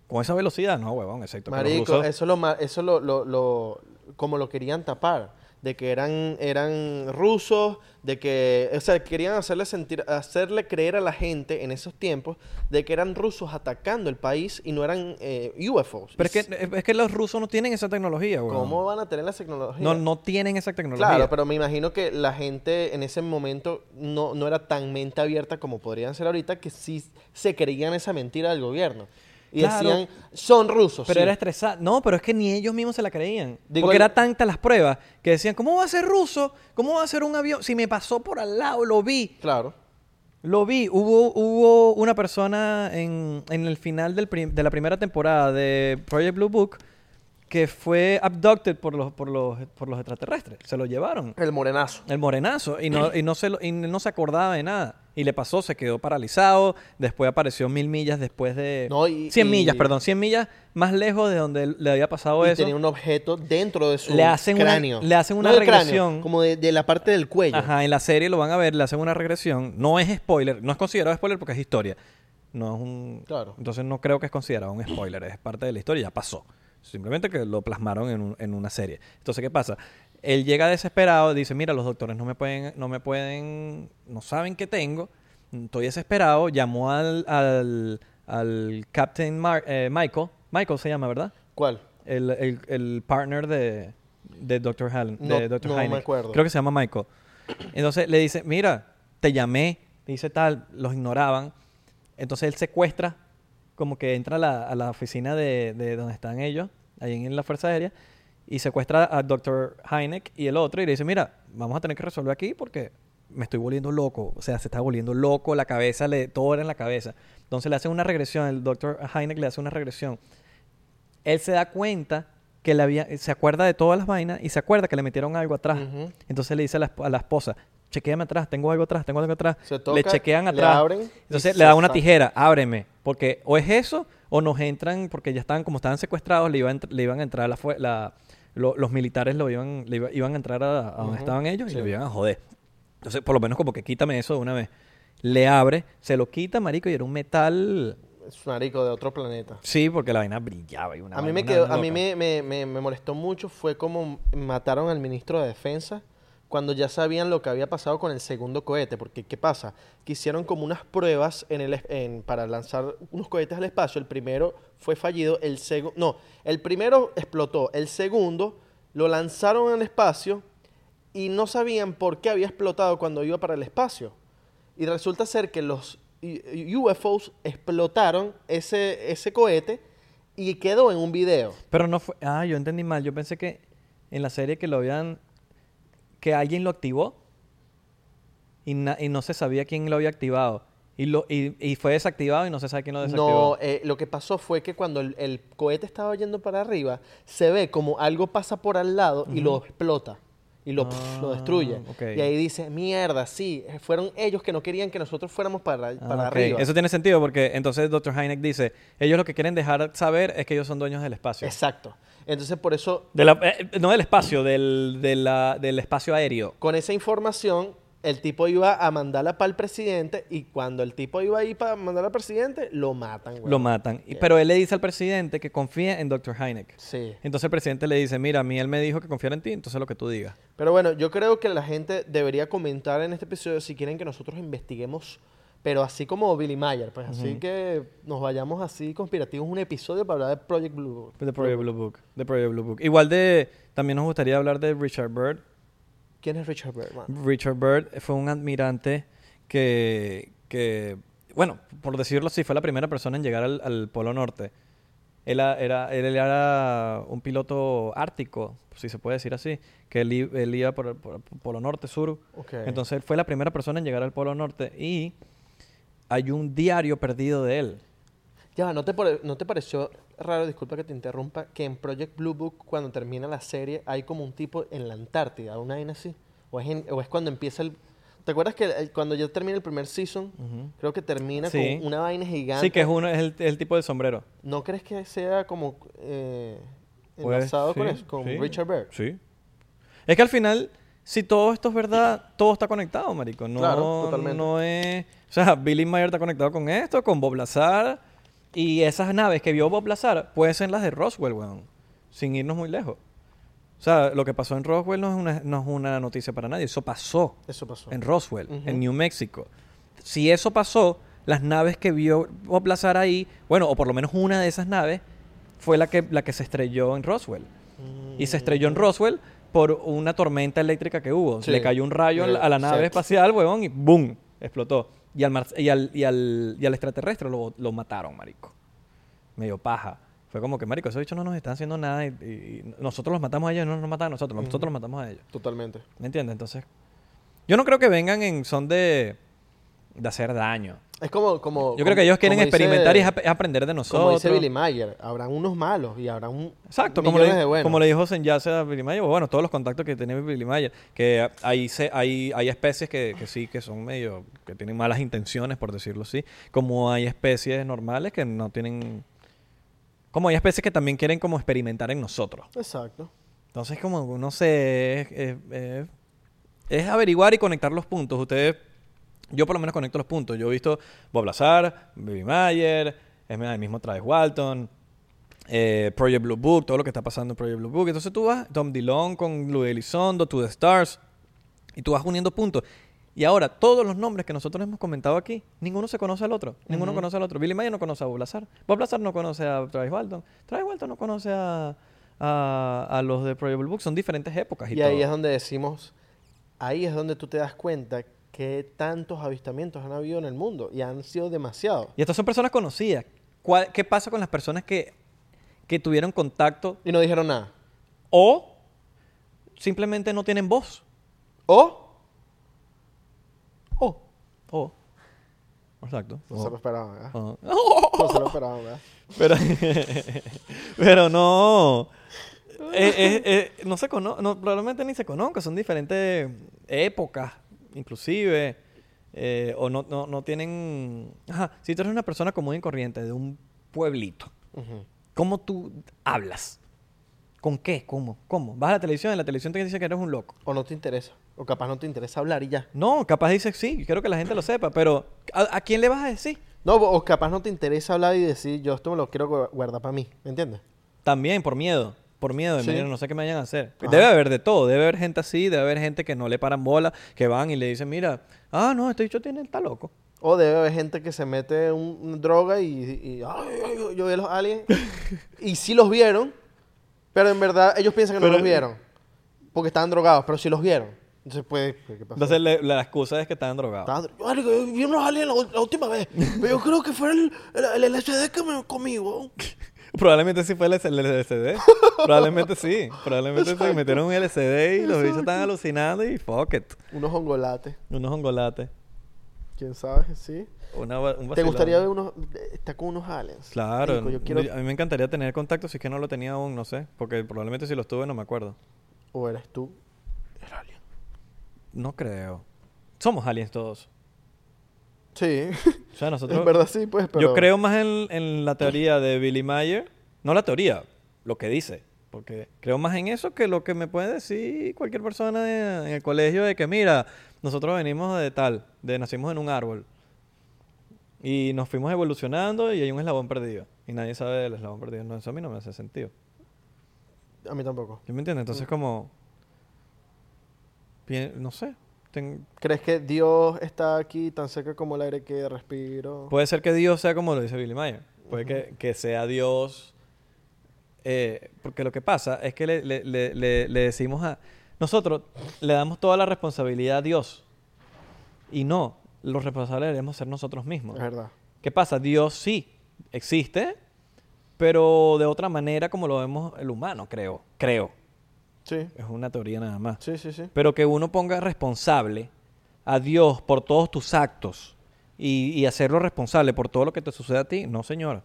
Speaker 1: Con esa velocidad, no, huevón, excepto que los
Speaker 2: Marico,
Speaker 1: rusos-
Speaker 2: eso lo ma- eso lo, lo- lo- como lo querían tapar, de que eran eran rusos, de que o sea, querían hacerle sentir hacerle creer a la gente en esos tiempos de que eran rusos atacando el país y no eran eh, UFOs.
Speaker 1: Pero es
Speaker 2: Y
Speaker 1: que, es que los rusos no tienen esa tecnología, huevón.
Speaker 2: ¿Cómo van a tener la tecnología?
Speaker 1: No, no tienen esa tecnología.
Speaker 2: Claro, pero me imagino que la gente en ese momento no, no era tan mente abierta como podrían ser ahorita, que sí se creían esa mentira del gobierno. Y
Speaker 1: Claro.
Speaker 2: decían, son rusos.
Speaker 1: Pero
Speaker 2: sí".
Speaker 1: era este estresado. No, pero es que ni ellos mismos se la creían.
Speaker 2: Digo,
Speaker 1: porque
Speaker 2: el-
Speaker 1: era tantas las pruebas que decían, ¿cómo va a ser ruso? ¿Cómo va a ser un avión? Si me pasó por al lado, lo vi.
Speaker 2: Claro.
Speaker 1: Lo vi. Hubo, hubo una persona en, en el final del prim- de la primera temporada de Project Blue Book que fue abducted por los, por los, por los extraterrestres. Se lo llevaron.
Speaker 2: El morenazo.
Speaker 1: El morenazo. Y no, y no se lo- y no se acordaba de nada. Y le pasó, se quedó paralizado. Después apareció mil millas después de...
Speaker 2: No, y-
Speaker 1: 100
Speaker 2: y-
Speaker 1: millas, perdón. 100 millas más lejos de donde le había pasado
Speaker 2: Y
Speaker 1: eso.
Speaker 2: tenía un objeto dentro de su
Speaker 1: Le hacen una-
Speaker 2: cráneo.
Speaker 1: le hacen una
Speaker 2: del
Speaker 1: regresión.
Speaker 2: como de, de la parte del cuello.
Speaker 1: Ajá, en la serie lo van a ver, le hacen una regresión. No es spoiler, no es considerado spoiler porque es historia. No es un.
Speaker 2: Claro.
Speaker 1: Entonces no creo que es considerado un spoiler, es parte de la historia, ya pasó. Simplemente que lo plasmaron en, un- en una serie. Entonces, ¿qué pasa? Él llega desesperado, dice, mira, los doctores no me pueden, no me pueden, no saben qué tengo, estoy desesperado, llamó al, al, al Captain Mar- eh, Michael, Michael se llama, ¿verdad?
Speaker 2: ¿Cuál?
Speaker 1: El, el- el partner de, de Dr. Hallen.
Speaker 2: No-
Speaker 1: de Dr.
Speaker 2: no me
Speaker 1: Hynek.
Speaker 2: acuerdo.
Speaker 1: Creo que se llama Michael. Entonces le dice, mira, te llamé, dice tal, los ignoraban. Entonces él secuestra, como que entra a la, a la oficina de, de donde están ellos, ahí en la Fuerza Aérea, y secuestra a Dr. Hynek y el otro, y le dice, mira, vamos a tener que resolver aquí porque me estoy volviendo loco. O sea, se está volviendo loco, la cabeza, le, todo era en la cabeza. Entonces le hace una regresión, el Dr. Hynek le hace una regresión él se da cuenta que le había, se acuerda de todas las vainas y se acuerda que le metieron algo atrás.
Speaker 2: Ujú.
Speaker 1: Entonces le dice a la, esp- a la esposa, chequeame atrás, tengo algo atrás, tengo algo atrás.
Speaker 2: Se toca,
Speaker 1: le chequean
Speaker 2: le
Speaker 1: atrás.
Speaker 2: abren y
Speaker 1: Entonces
Speaker 2: se
Speaker 1: le da una
Speaker 2: saca.
Speaker 1: tijera, ábreme. Porque o es eso o nos entran, porque ya estaban, como estaban secuestrados, le, iba a entr- le iban a entrar la, fue- la- lo- los militares lo iban, le iba- iban a entrar a, a donde
Speaker 2: Ujú.
Speaker 1: estaban ellos y
Speaker 2: Sí.
Speaker 1: lo iban a joder. Entonces, por lo menos como que quítame eso de una vez. Le abre, se lo quita, marico, y era un metal...
Speaker 2: Es un arico de otro planeta.
Speaker 1: Sí, porque la vaina brillaba y una
Speaker 2: a mí,
Speaker 1: vaina-
Speaker 2: me,
Speaker 1: una
Speaker 2: quedó,
Speaker 1: vaina
Speaker 2: a mí
Speaker 1: loca.
Speaker 2: me, me- me- me molestó mucho fue como mataron al ministro de Defensa cuando ya sabían lo que había pasado con el segundo cohete. Porque, ¿qué pasa? Que hicieron como unas pruebas en el, es- en- para lanzar unos cohetes al espacio. El primero fue fallido, el segundo... No, el primero explotó, el segundo lo lanzaron al espacio y no sabían por qué había explotado cuando iba para el espacio. Y resulta ser que los U- UFOs explotaron ese, ese cohete y quedó en un video.
Speaker 1: Pero no fue. Ah, yo entendí mal. Yo pensé que en la serie que lo habían. que alguien lo activó. Y, na- y no se sabía quién lo había activado. Y, lo, y, y fue desactivado y no Ah, se sabe quién lo desactivó.
Speaker 2: No, eh, lo que pasó fue que cuando el, el cohete estaba yendo para arriba, se ve como algo pasa por al lado y lo explota. Y lo, pf, lo
Speaker 1: Ah,
Speaker 2: destruye.
Speaker 1: ok.
Speaker 2: Y ahí dice, mierda, sí, eh, fueron ellos que no querían que nosotros fuéramos para,
Speaker 1: Ah,
Speaker 2: para
Speaker 1: ok.
Speaker 2: arriba.
Speaker 1: Eso tiene sentido porque entonces Dr. Hynek dice: ellos lo que quieren dejar saber es que ellos son dueños del espacio.
Speaker 2: Exacto. Entonces, por eso
Speaker 1: De la- eh, no del espacio, del, de la- del espacio aéreo.
Speaker 2: Con esa información El tipo iba a mandarla para el presidente y cuando el tipo iba ahí para mandarla al presidente, lo matan, güey.
Speaker 1: Lo matan. Y- Pero él le dice al presidente que confía en Dr. Hynek.
Speaker 2: Sí.
Speaker 1: Entonces el presidente le dice, mira, a mí él me dijo que confiara en ti, entonces lo que tú digas.
Speaker 2: Pero bueno, yo creo que la gente debería comentar en este episodio si quieren que nosotros investiguemos, pero así como Billy Mayer, pues así que nos vayamos así conspirativos un episodio para hablar de Project Blue.
Speaker 1: De Project Blue Book. De Project Blue Book. Igual de... También nos gustaría hablar de Richard Byrd.
Speaker 2: ¿Quién es Richard Bergman?
Speaker 1: Richard Byrd fue un admirante que... que bueno, por decirlo así, fue la primera persona en llegar al, al Polo Norte. Él a- era, él era un piloto ártico, si se puede decir así, que él, i- él iba por, el- por el Polo Norte, Sur.
Speaker 2: Ok.
Speaker 1: Entonces él fue la primera persona en llegar al Polo Norte y hay un diario perdido de él.
Speaker 2: Ya, va, ¿no te, pare- ¿no te pareció raro, disculpa que te interrumpa, que en Project Blue Book, cuando termina la serie, hay como un tipo en la Antártida, una vaina así? ¿O es, en- o es cuando empieza el... ¿Te acuerdas que el- cuando ya termina el primer season, creo que termina
Speaker 1: Sí.
Speaker 2: con una vaina gigante?
Speaker 1: Sí, que es uno, es el, el tipo del sombrero.
Speaker 2: ¿No crees que sea como eh,
Speaker 1: Pues,
Speaker 2: enlazado con,
Speaker 1: sí,
Speaker 2: eso, con
Speaker 1: sí,
Speaker 2: Richard Berg?
Speaker 1: Sí. Es que al final, si todo esto es verdad, todo está conectado, marico. No,
Speaker 2: Claro, totalmente.
Speaker 1: No es... O sea, Billy Mayer está conectado con esto, con Bob Lazar. Y esas naves que vio Bob Lazar pueden ser las de Roswell, weón. Sin irnos muy lejos. O sea, lo que pasó en Roswell no es una, no es una noticia para nadie. Eso pasó
Speaker 2: Eso pasó.
Speaker 1: en Roswell,
Speaker 2: Ujú.
Speaker 1: en New Mexico. Si eso pasó, las naves que vio Bob Lazar ahí, bueno, o por lo menos una de esas naves, fue la que, la que se estrelló en Roswell.
Speaker 2: Mm,
Speaker 1: Y se estrelló en Roswell por una tormenta eléctrica que hubo.
Speaker 2: Sí. Eh,
Speaker 1: Le cayó un rayo a la- a la nave
Speaker 2: Sí.
Speaker 1: espacial, huevón, y ¡boom! Explotó. Y al, mar- y al, y al- y al extraterrestre lo, lo mataron, marico. Medio paja. Fue como que, marico, esos bichos no nos están haciendo nada y, y nosotros los matamos a ellos, no nos matan a nosotros, nosotros los matamos a ellos.
Speaker 2: Totalmente.
Speaker 1: ¿Me entiendes? Entonces, yo no creo que vengan en son de, de hacer daño.
Speaker 2: Es como... como
Speaker 1: Yo creo que ellos quieren experimentar y ap- aprender de
Speaker 2: Como
Speaker 1: nosotros.
Speaker 2: dice Billy Mayer, habrán unos malos y habrán un
Speaker 1: Exacto, como
Speaker 2: millones
Speaker 1: le,
Speaker 2: de buenos.
Speaker 1: como le dijo Senyase a Billy Mayer, bueno, todos los contactos que tenía Billy Mayer, que hay, se, hay, hay especies que, que sí, que son medio, que tienen malas intenciones, por decirlo así, como hay especies normales que no tienen, como hay especies que también quieren como experimentar en nosotros.
Speaker 2: Exacto.
Speaker 1: Entonces, como, no sé, es, es- es- es averiguar y conectar los puntos. Ustedes, yo por lo menos conecto los puntos. Yo he visto Bob Lazar, Billy Mayer, es el mismo Travis Walton, eh, Project Blue Book, todo lo que está pasando en Project Blue Book. Entonces tú vas, Tom Dillon con Lou Elizondo, To The Stars, y tú vas uniendo puntos. Y ahora, todos los nombres que nosotros hemos comentado aquí, ninguno se conoce al otro. Ninguno conoce al otro. Billy Mayer no conoce a Bob Lazar. Bob Lazar no conoce a Travis Walton. Travis Walton no conoce a, a, a los de Project Blue Book. Son diferentes épocas y,
Speaker 2: Y ahí
Speaker 1: todo.
Speaker 2: es donde decimos, ahí es donde tú te das cuenta que tantos avistamientos han habido en el mundo y han sido demasiados.
Speaker 1: Y estas son personas conocidas. ¿Cuál- ¿Qué pasa con las personas que, que tuvieron contacto
Speaker 2: Y no dijeron nada.
Speaker 1: o simplemente no tienen voz?
Speaker 2: O
Speaker 1: O. O. Exacto.
Speaker 2: no se lo esperaban, ¿verdad?
Speaker 1: O.
Speaker 2: No se lo esperaban, ¿verdad?
Speaker 1: Pero, pero no. Eh, eh, eh, no se cono no, probablemente ni se conozca, son diferentes épocas, inclusive. eh, o no, no, no tienen. Ajá, si tú eres una persona común y corriente de un pueblito,
Speaker 2: Ujú.
Speaker 1: ¿cómo tú hablas? ¿Con qué? ¿Cómo? ¿Cómo? Vas a la televisión, en la televisión te dice que eres un loco.
Speaker 2: O no te interesa. O capaz no te interesa hablar y ya.
Speaker 1: No, capaz dices sí, quiero que la gente lo sepa, pero ¿a, a quién le vas a decir?
Speaker 2: No, o capaz no te interesa hablar y decir, yo esto me lo quiero gu- guardar para mí, ¿me entiendes?
Speaker 1: También por miedo. Por miedo, de
Speaker 2: Sí.
Speaker 1: manera, no sé qué me vayan a hacer.
Speaker 2: Ajá.
Speaker 1: Debe haber de todo. Debe haber gente así, debe haber gente que no le paran bola, que van y le dicen, mira, ah, no, este bicho tiene, está loco.
Speaker 2: O debe haber gente que se mete un- una droga y, y- ay, ay, ay, yo vi a los aliens. y sí los vieron, pero en verdad ellos piensan que no los vieron. Porque estaban drogados, pero sí los vieron. Entonces, pues, ¿qué pasó?
Speaker 1: Entonces le- la excusa es que estaban drogados.
Speaker 2: Estaban dro- Marico, yo vi unos aliens la, ul- la última vez, pero yo creo que fue el, el, el LSD que me comí, weón.
Speaker 1: Probablemente sí fue el LCD. probablemente sí. Probablemente se metieron un LCD y los bichos están alucinando y fuck it.
Speaker 2: Unos ongolates,
Speaker 1: Unos ongolates.
Speaker 2: quién sabe, sí.
Speaker 1: Una va- un
Speaker 2: ¿Te
Speaker 1: vacilón.
Speaker 2: gustaría ver unos, estar con unos aliens?
Speaker 1: Claro.
Speaker 2: Marico, yo quiero...
Speaker 1: A mí me encantaría tener contacto si es que no lo tenía aún, no sé. Porque probablemente si los tuve no me acuerdo.
Speaker 2: ¿O eres tú el alien?
Speaker 1: No creo. Somos aliens todos.
Speaker 2: Sí,
Speaker 1: O sea, nosotros...
Speaker 2: en verdad sí, pues, pero...
Speaker 1: Yo creo más en, en la teoría de Billy Mayer. No la teoría, lo que dice. Porque creo más en eso que lo que me puede decir cualquier persona de- en el colegio de que, mira, nosotros venimos de tal, de nacimos en un árbol. Y nos fuimos evolucionando y hay un eslabón perdido. Y nadie sabe del eslabón perdido. No, eso a mí no me hace sentido.
Speaker 2: A mí tampoco.
Speaker 1: ¿Sí me entiendes? Entonces, como. pien- No sé. Ten-
Speaker 2: ¿Crees que Dios está aquí tan cerca como el aire que respiro?
Speaker 1: Puede ser que Dios sea como lo dice Billy Mayer. Puede que, que sea Dios. eh, porque lo que pasa es que le, le- le- le- le decimos a. Nosotros le damos toda la responsabilidad a Dios. Y no, los responsables debemos ser nosotros mismos.
Speaker 2: es verdad.
Speaker 1: ¿Qué pasa? Dios sí existe, pero de otra manera como lo vemos el humano, creo. Creo.
Speaker 2: Sí,
Speaker 1: Es una teoría nada más.
Speaker 2: sí, sí, sí.
Speaker 1: Pero que uno ponga responsable a Dios por todos tus actos y, y hacerlo responsable por todo lo que te sucede a ti, no, señora.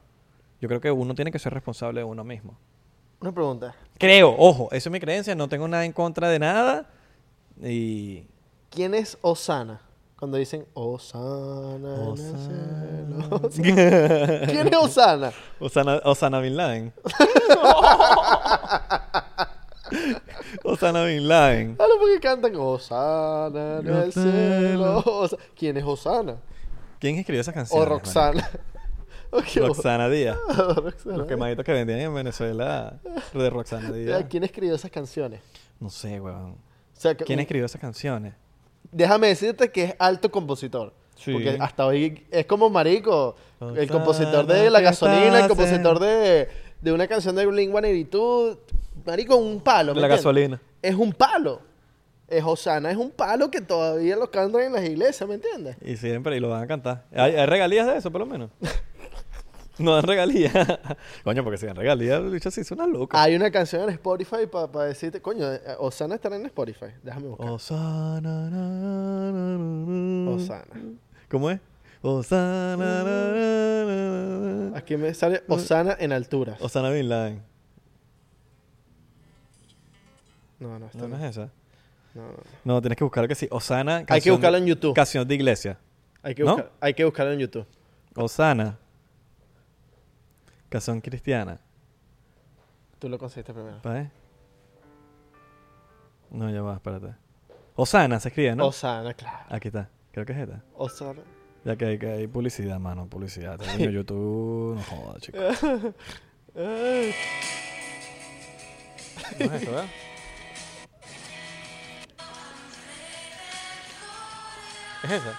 Speaker 1: Yo creo que uno tiene que ser responsable de uno mismo.
Speaker 2: Una pregunta.
Speaker 1: Creo, ojo, eso es mi creencia, no tengo nada en contra de nada. Y.
Speaker 2: ¿Quién es Osana? Cuando dicen Osana. en el cielo". ¿Quién es Osana?
Speaker 1: Osana, Osana Bin Laden. Osana Bin Laden.
Speaker 2: Ah, no, porque cantan Osana en
Speaker 1: Yo
Speaker 2: el
Speaker 1: te
Speaker 2: cielo.
Speaker 1: lo-
Speaker 2: Osa- ¿Quién es Osana?
Speaker 1: ¿Quién escribió esas canciones?
Speaker 2: O
Speaker 1: marico?
Speaker 2: Roxana. Ok, o-
Speaker 1: Roxana Díaz.
Speaker 2: o Roxana. Eh,
Speaker 1: Los quemaditos que vendían en Venezuela de Roxana Díaz.
Speaker 2: ¿Quién escribió esas canciones?
Speaker 1: No sé, weón.
Speaker 2: O sea, que-
Speaker 1: ¿Quién escribió esas canciones?
Speaker 2: Déjame decirte que es alto compositor.
Speaker 1: Sí.
Speaker 2: Porque hasta hoy es como marico. El
Speaker 1: Roxana,
Speaker 2: compositor de La
Speaker 1: ¿qué
Speaker 2: Gasolina, el
Speaker 1: estás
Speaker 2: compositor
Speaker 1: haciendo?
Speaker 2: de, de una canción de Blink-182. Marico, un palo. ¿me
Speaker 1: La
Speaker 2: entiendes?
Speaker 1: gasolina.
Speaker 2: Es un palo. Es Osana, es un palo que todavía lo cantan en las iglesias, ¿me entiendes?
Speaker 1: Y siempre, y lo van a cantar. ¿Hay, hay regalías de eso, por lo menos? No dan regalías. Coño, porque si dan regalías, el bicho se hizo una loca.
Speaker 2: Hay una canción en Spotify para decirte, coño, eh, Osana estará en Spotify. Déjame buscar.
Speaker 1: Osana, na, na, na, na.
Speaker 2: Osana.
Speaker 1: ¿Cómo es? Osana, na, na, na, na.
Speaker 2: Aquí me sale Osana en alturas.
Speaker 1: Osana Bin Laden.
Speaker 2: No, no, esta
Speaker 1: ¿No, no
Speaker 2: no.
Speaker 1: es esa?
Speaker 2: No, no.
Speaker 1: No, tienes que buscarlo que sí. Osana.
Speaker 2: Hay que
Speaker 1: canción-
Speaker 2: buscarlo en YouTube.
Speaker 1: Canción de iglesia.
Speaker 2: Hay que,
Speaker 1: ¿No?
Speaker 2: buscar- hay que buscarlo en YouTube.
Speaker 1: Osana. Canción cristiana.
Speaker 2: Tú lo conseguiste primero.
Speaker 1: Pa' ver. No, ya va, espérate. Osana se escribe, ¿no?
Speaker 2: Osana, claro.
Speaker 1: Aquí está. Creo que es esta.
Speaker 2: Osana.
Speaker 1: Ya que hay, que hay publicidad, mano. Publicidad. Coño, YouTube. No jodas, chico.
Speaker 2: Ay,
Speaker 1: No es eso, ¿verdad? ¿Es esa?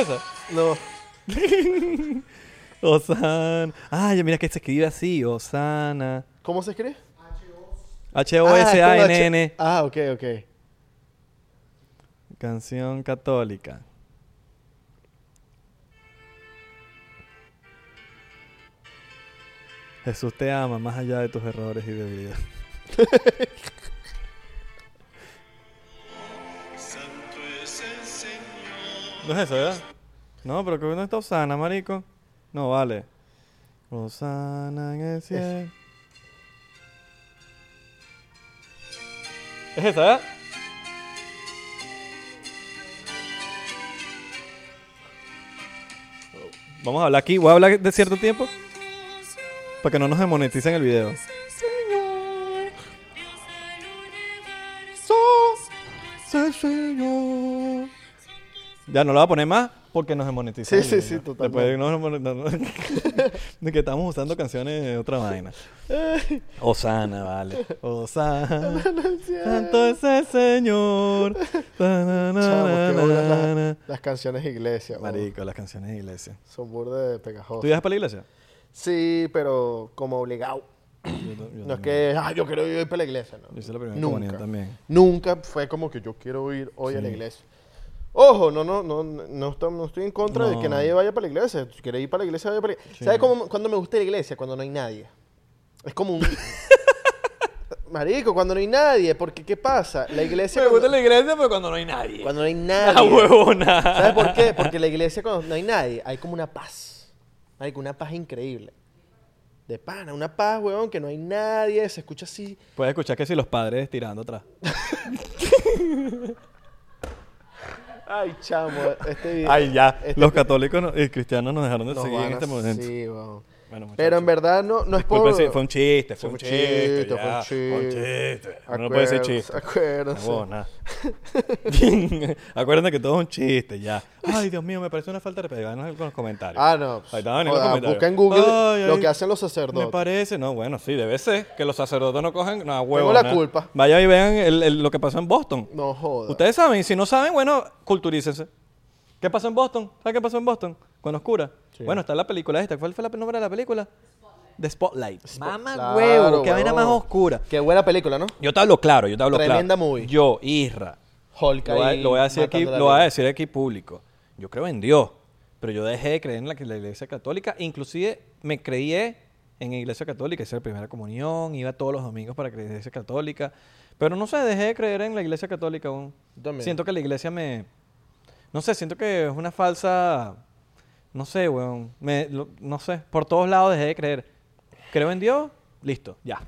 Speaker 1: ¿Es esa?
Speaker 2: No.
Speaker 1: Osana. Ay, mira que se escribe así. Osana.
Speaker 2: ¿Cómo se escribe?
Speaker 1: H-O-S-A-N-N.
Speaker 2: Ah, ok, ok.
Speaker 1: Canción católica. Jesús te ama más allá de tus errores y debilidades.
Speaker 3: Santo es el Señor.
Speaker 1: No es eso, ¿verdad? No, pero que no está Osana, marico. No, vale. Osana en el cielo. Es esa, ¿eh? ¿verdad? Vamos a hablar aquí. Voy a hablar de cierto tiempo. Para que no nos demoneticen el video. Señor. Ya no lo voy a poner más porque nos demonetizan.
Speaker 2: Sí,
Speaker 1: el
Speaker 2: sí,
Speaker 1: video.
Speaker 2: sí,
Speaker 1: Después nos demonetizan- de que estamos usando canciones de otra vaina. Osana, vale. Osana. Santo es el Señor. Ta, na, na,
Speaker 2: Chamo,
Speaker 1: na,
Speaker 2: qué bolas
Speaker 1: na,
Speaker 2: las,
Speaker 1: na.
Speaker 2: las canciones iglesias. weón.
Speaker 1: Marico, las canciones de iglesia.
Speaker 2: Son burda de
Speaker 1: ¿Tú
Speaker 2: pegajosas.
Speaker 1: viajas para la iglesia?
Speaker 2: Sí, pero como obligado. No es que, ah, yo quiero ir para la iglesia, no.
Speaker 1: Yo hice la primera
Speaker 2: Nunca.
Speaker 1: comunión también.
Speaker 2: Nunca fue como que yo quiero ir hoy a la iglesia. Ojo, no, no, no, no, no estoy, no estoy en contra de que
Speaker 1: No.
Speaker 2: nadie vaya para la iglesia. Si quieres ir para la iglesia, vaya para la iglesia. ¿Sabes cómo, cuándo me gusta la iglesia? Cuando no hay nadie. Es como un... Marico, cuando no hay nadie. Porque, ¿qué pasa? La Ah, iglesia... cuando,
Speaker 1: iglesia, pero cuando no hay nadie.
Speaker 2: cuando no hay
Speaker 1: La
Speaker 2: nadie.
Speaker 1: huevona.
Speaker 2: ¿Sabes por qué? Porque la iglesia cuando no hay nadie, hay como una paz. Marico, una paz increíble. De pana, una paz, weón, que no hay nadie. Se escucha así...
Speaker 1: Puedes escuchar que si los padres tirando atrás.
Speaker 2: Ay, chamo, este video...
Speaker 1: Ay, ya.
Speaker 2: este
Speaker 1: Los católicos no- y cristianos nos dejaron de
Speaker 2: Nos
Speaker 1: seguir
Speaker 2: van
Speaker 1: en este
Speaker 2: a-
Speaker 1: momento.
Speaker 2: Sí, weón.
Speaker 1: Bueno, muchachos.
Speaker 2: Pero en verdad no, no es por...
Speaker 1: Disculpen, sí, fue un chiste, fue un chiste.
Speaker 2: fue un
Speaker 1: ya,
Speaker 2: chiste.
Speaker 1: Fue un chiste. No puede ser
Speaker 2: Acuérdense,
Speaker 1: chiste.
Speaker 2: acuérdense.
Speaker 1: No, nada. Acuérdate que todo es un chiste, ya. Ay, Dios mío, me parece una falta de respeto. Háganos con los comentarios.
Speaker 2: Ah, no.
Speaker 1: Ahí está, en los
Speaker 2: Joda,
Speaker 1: comentarios.
Speaker 2: busca en Google
Speaker 1: Ay,
Speaker 2: lo
Speaker 1: ay,
Speaker 2: que hacen los
Speaker 1: Me
Speaker 2: sacerdotes.
Speaker 1: parece, no, bueno, sí, debe ser que los sacerdotes no cojan no, huevo.
Speaker 2: la
Speaker 1: nada.
Speaker 2: culpa.
Speaker 1: Vayan y vean el- el- lo que pasó en Boston.
Speaker 2: No joda.
Speaker 1: Ustedes saben, y si no saben, bueno, culturícense. ¿Qué pasó en Boston? ¿Sabes qué pasó en Boston? Con los curas. Bueno, está la película esta. ¿Cuál fue la- el nombre de la película? The Spotlight. Mamá
Speaker 2: Claro,
Speaker 1: huevo, qué vaina más
Speaker 2: huevón.
Speaker 1: oscura.
Speaker 2: Qué buena película, ¿no?
Speaker 1: Yo te hablo claro, yo te hablo claro.
Speaker 2: Tremenda movie.
Speaker 1: Yo, Isra.
Speaker 2: Hulk
Speaker 1: Lo voy, a,
Speaker 2: ahí
Speaker 1: lo voy a decir aquí,
Speaker 2: matando la
Speaker 1: lo voy a
Speaker 2: vida.
Speaker 1: decir aquí público. Yo creo en Dios, pero yo dejé de creer en la, la iglesia católica. Inclusive me creí en la iglesia católica. Hice la primera comunión, iba todos los domingos para la iglesia católica. Pero no sé, dejé de creer en la iglesia católica aún.
Speaker 2: Yo también.
Speaker 1: Siento que la iglesia me... No sé, siento que es una falsa... No sé, weón. Me- lo- no sé, por todos lados dejé de creer. Creo en Dios, listo, ya.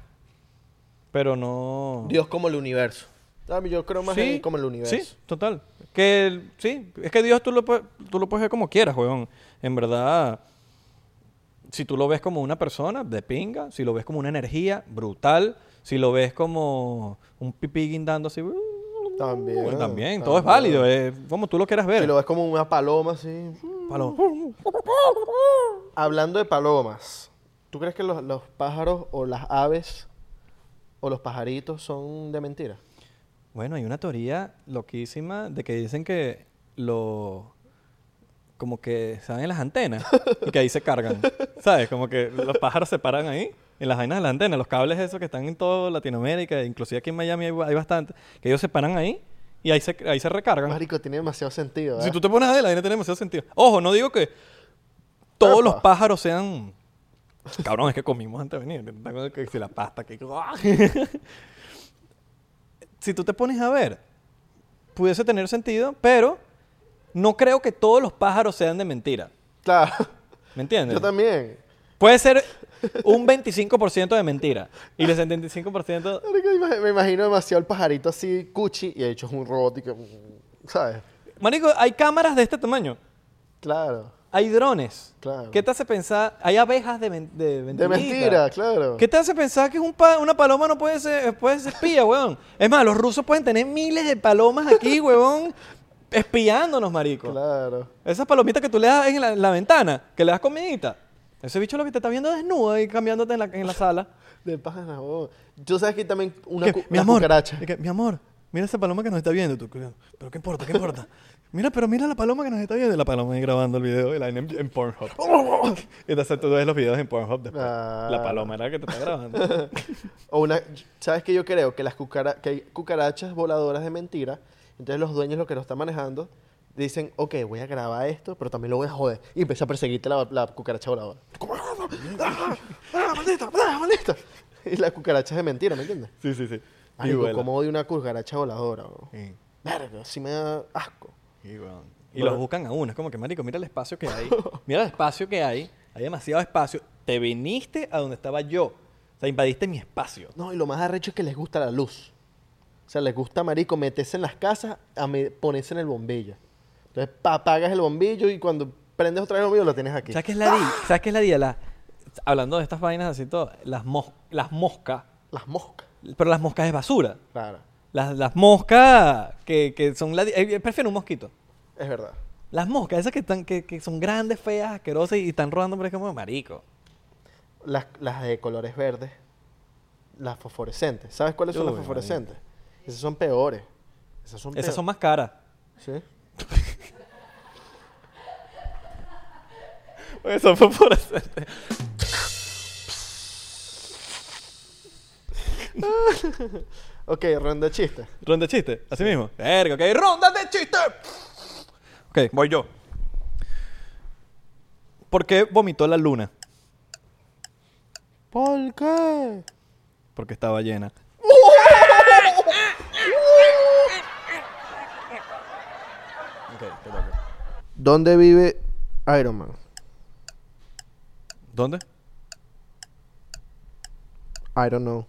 Speaker 1: Pero no...
Speaker 2: Dios como el universo. Ah, Yo creo más en como el universo.
Speaker 1: Sí, total. Que el- sí, es que Dios tú lo, pue- tú lo puedes ver como quieras, weón. En verdad, si tú lo ves como una persona, de pinga. Si lo ves como una energía, brutal. Si lo ves como un pipí guindando así, uh,
Speaker 2: También.
Speaker 1: también, todo es
Speaker 2: también.
Speaker 1: válido. eh. Es como tú lo quieras ver.
Speaker 2: Si lo ves como una paloma así.
Speaker 1: Palo-
Speaker 2: Hablando de palomas, ¿tú crees que los, los pájaros o las aves o los pajaritos son de mentira?
Speaker 1: Bueno, hay una teoría loquísima de que dicen que lo... Como que saben las antenas y que ahí se cargan. ¿Sabes? Como que los pájaros se paran ahí en las vainas de las antenas. Los cables esos que están en toda Latinoamérica, inclusive aquí en Miami hay, hay bastante, que ellos se paran ahí y ahí se, ahí se recargan.
Speaker 2: Marico, tiene demasiado sentido. ¿eh?
Speaker 1: Si
Speaker 2: ¿verdad?
Speaker 1: tú te pones a ver, la vaina tiene demasiado sentido. Ojo, no digo que todos los pájaros sean... Cabrón, es que comimos antes de venir. Tengo que- Si la pasta que... si tú te pones a ver, pudiese tener sentido, pero no creo que todos los pájaros sean de mentira.
Speaker 2: Claro.
Speaker 1: ¿Me entiendes?
Speaker 2: Yo también.
Speaker 1: Puede ser un 25% de mentira y el 75%...
Speaker 2: Marico, ima- me imagino demasiado el pajarito así, cuchi, y de hecho es un robot y que. mm, ¿Sabes?
Speaker 1: Marico, hay cámaras de este tamaño.
Speaker 2: Claro.
Speaker 1: Hay drones.
Speaker 2: Claro.
Speaker 1: ¿Qué te hace pensar? Hay abejas de, men- de
Speaker 2: De
Speaker 1: mentirita.
Speaker 2: mentira, claro.
Speaker 1: ¿Qué te hace pensar que un pa- una paloma no puede ser, puede ser espía, weón? Es más, los rusos pueden tener miles de palomas aquí, weón, espiándonos, marico.
Speaker 2: Claro.
Speaker 1: Esas palomitas que tú le das en la, en la ventana, que le das comidita. Ese bicho lo que te está viendo desnudo ahí cambiándote en la, en la sala.
Speaker 2: De pájaro. oh. Tú sabes que también una,
Speaker 1: Que,
Speaker 2: cu-
Speaker 1: mi
Speaker 2: una
Speaker 1: amor,
Speaker 2: cucaracha.
Speaker 1: que, mi amor, mira esa paloma que nos está viendo. Tú, que- pero qué importa, qué importa. Mira, pero mira la paloma que nos está viendo. Y La paloma ahí grabando el video y la vaina en, en Pornhub. y entonces tú ves los videos en Pornhub después.
Speaker 2: Ah.
Speaker 1: La paloma era la que te está grabando.
Speaker 2: O una, ¿Sabes que yo creo? Que, las cucara- que hay cucarachas voladoras de mentira. Entonces los dueños, los que lo están manejando, dicen, ok, voy a grabar esto, pero también lo voy a joder. Y empieza a perseguirte la, la cucaracha voladora. Como, "Ah, ah, ah, maldita, ah, maldita". Y las cucarachas de mentira, ¿me entiendes?
Speaker 1: sí, sí, sí. Y
Speaker 2: Marico,
Speaker 1: vuela.
Speaker 2: ¿cómo odio una cucaracha voladora? bro?
Speaker 1: Sí.
Speaker 2: Verga, sí me da asco.
Speaker 1: Y, weón, y los buscan a uno. Es como que, marico, mira el espacio que hay. Mira el espacio que hay. Hay demasiado espacio. Te viniste a donde estaba yo. O sea, invadiste mi espacio.
Speaker 2: No, y lo más arrecho es que les gusta la luz. O sea, les gusta, marico, meterse en las casas a me- ponerse en el bombillo. Entonces, pa- apagas el bombillo y cuando prendes otra vez el bombillo lo tienes aquí.
Speaker 1: ¿Sabes qué es la di- ¿Sabes qué es la día? hablando de estas vainas así todo, las, mos- las moscas.
Speaker 2: Las moscas.
Speaker 1: Pero las moscas es basura.
Speaker 2: Claro,
Speaker 1: Las, las moscas que, que son... La, di- eh, prefiero un mosquito.
Speaker 2: es verdad.
Speaker 1: Las moscas, esas que, están, que, que son grandes, feas, asquerosas y, y están rodando, pero es como marico.
Speaker 2: Las, las de colores verdes, las fosforescentes. ¿Sabes cuáles son
Speaker 1: Uy,
Speaker 2: las fosforescentes? Esas son peores. Esas son
Speaker 1: Esas
Speaker 2: peores.
Speaker 1: son más caras.
Speaker 2: Sí.
Speaker 1: Porque son fosforescentes.
Speaker 2: Ok, ronda de chistes.
Speaker 1: ¿Ronda de chistes? Así mismo. Verga, ok. ¡Ronda de chistes! Ok, voy yo. ¿Por qué vomitó la luna?
Speaker 2: ¿Por qué?
Speaker 1: Porque estaba llena. Ok, te toca.
Speaker 2: ¿Dónde vive Iron Man?
Speaker 1: ¿Dónde?
Speaker 2: I don't know.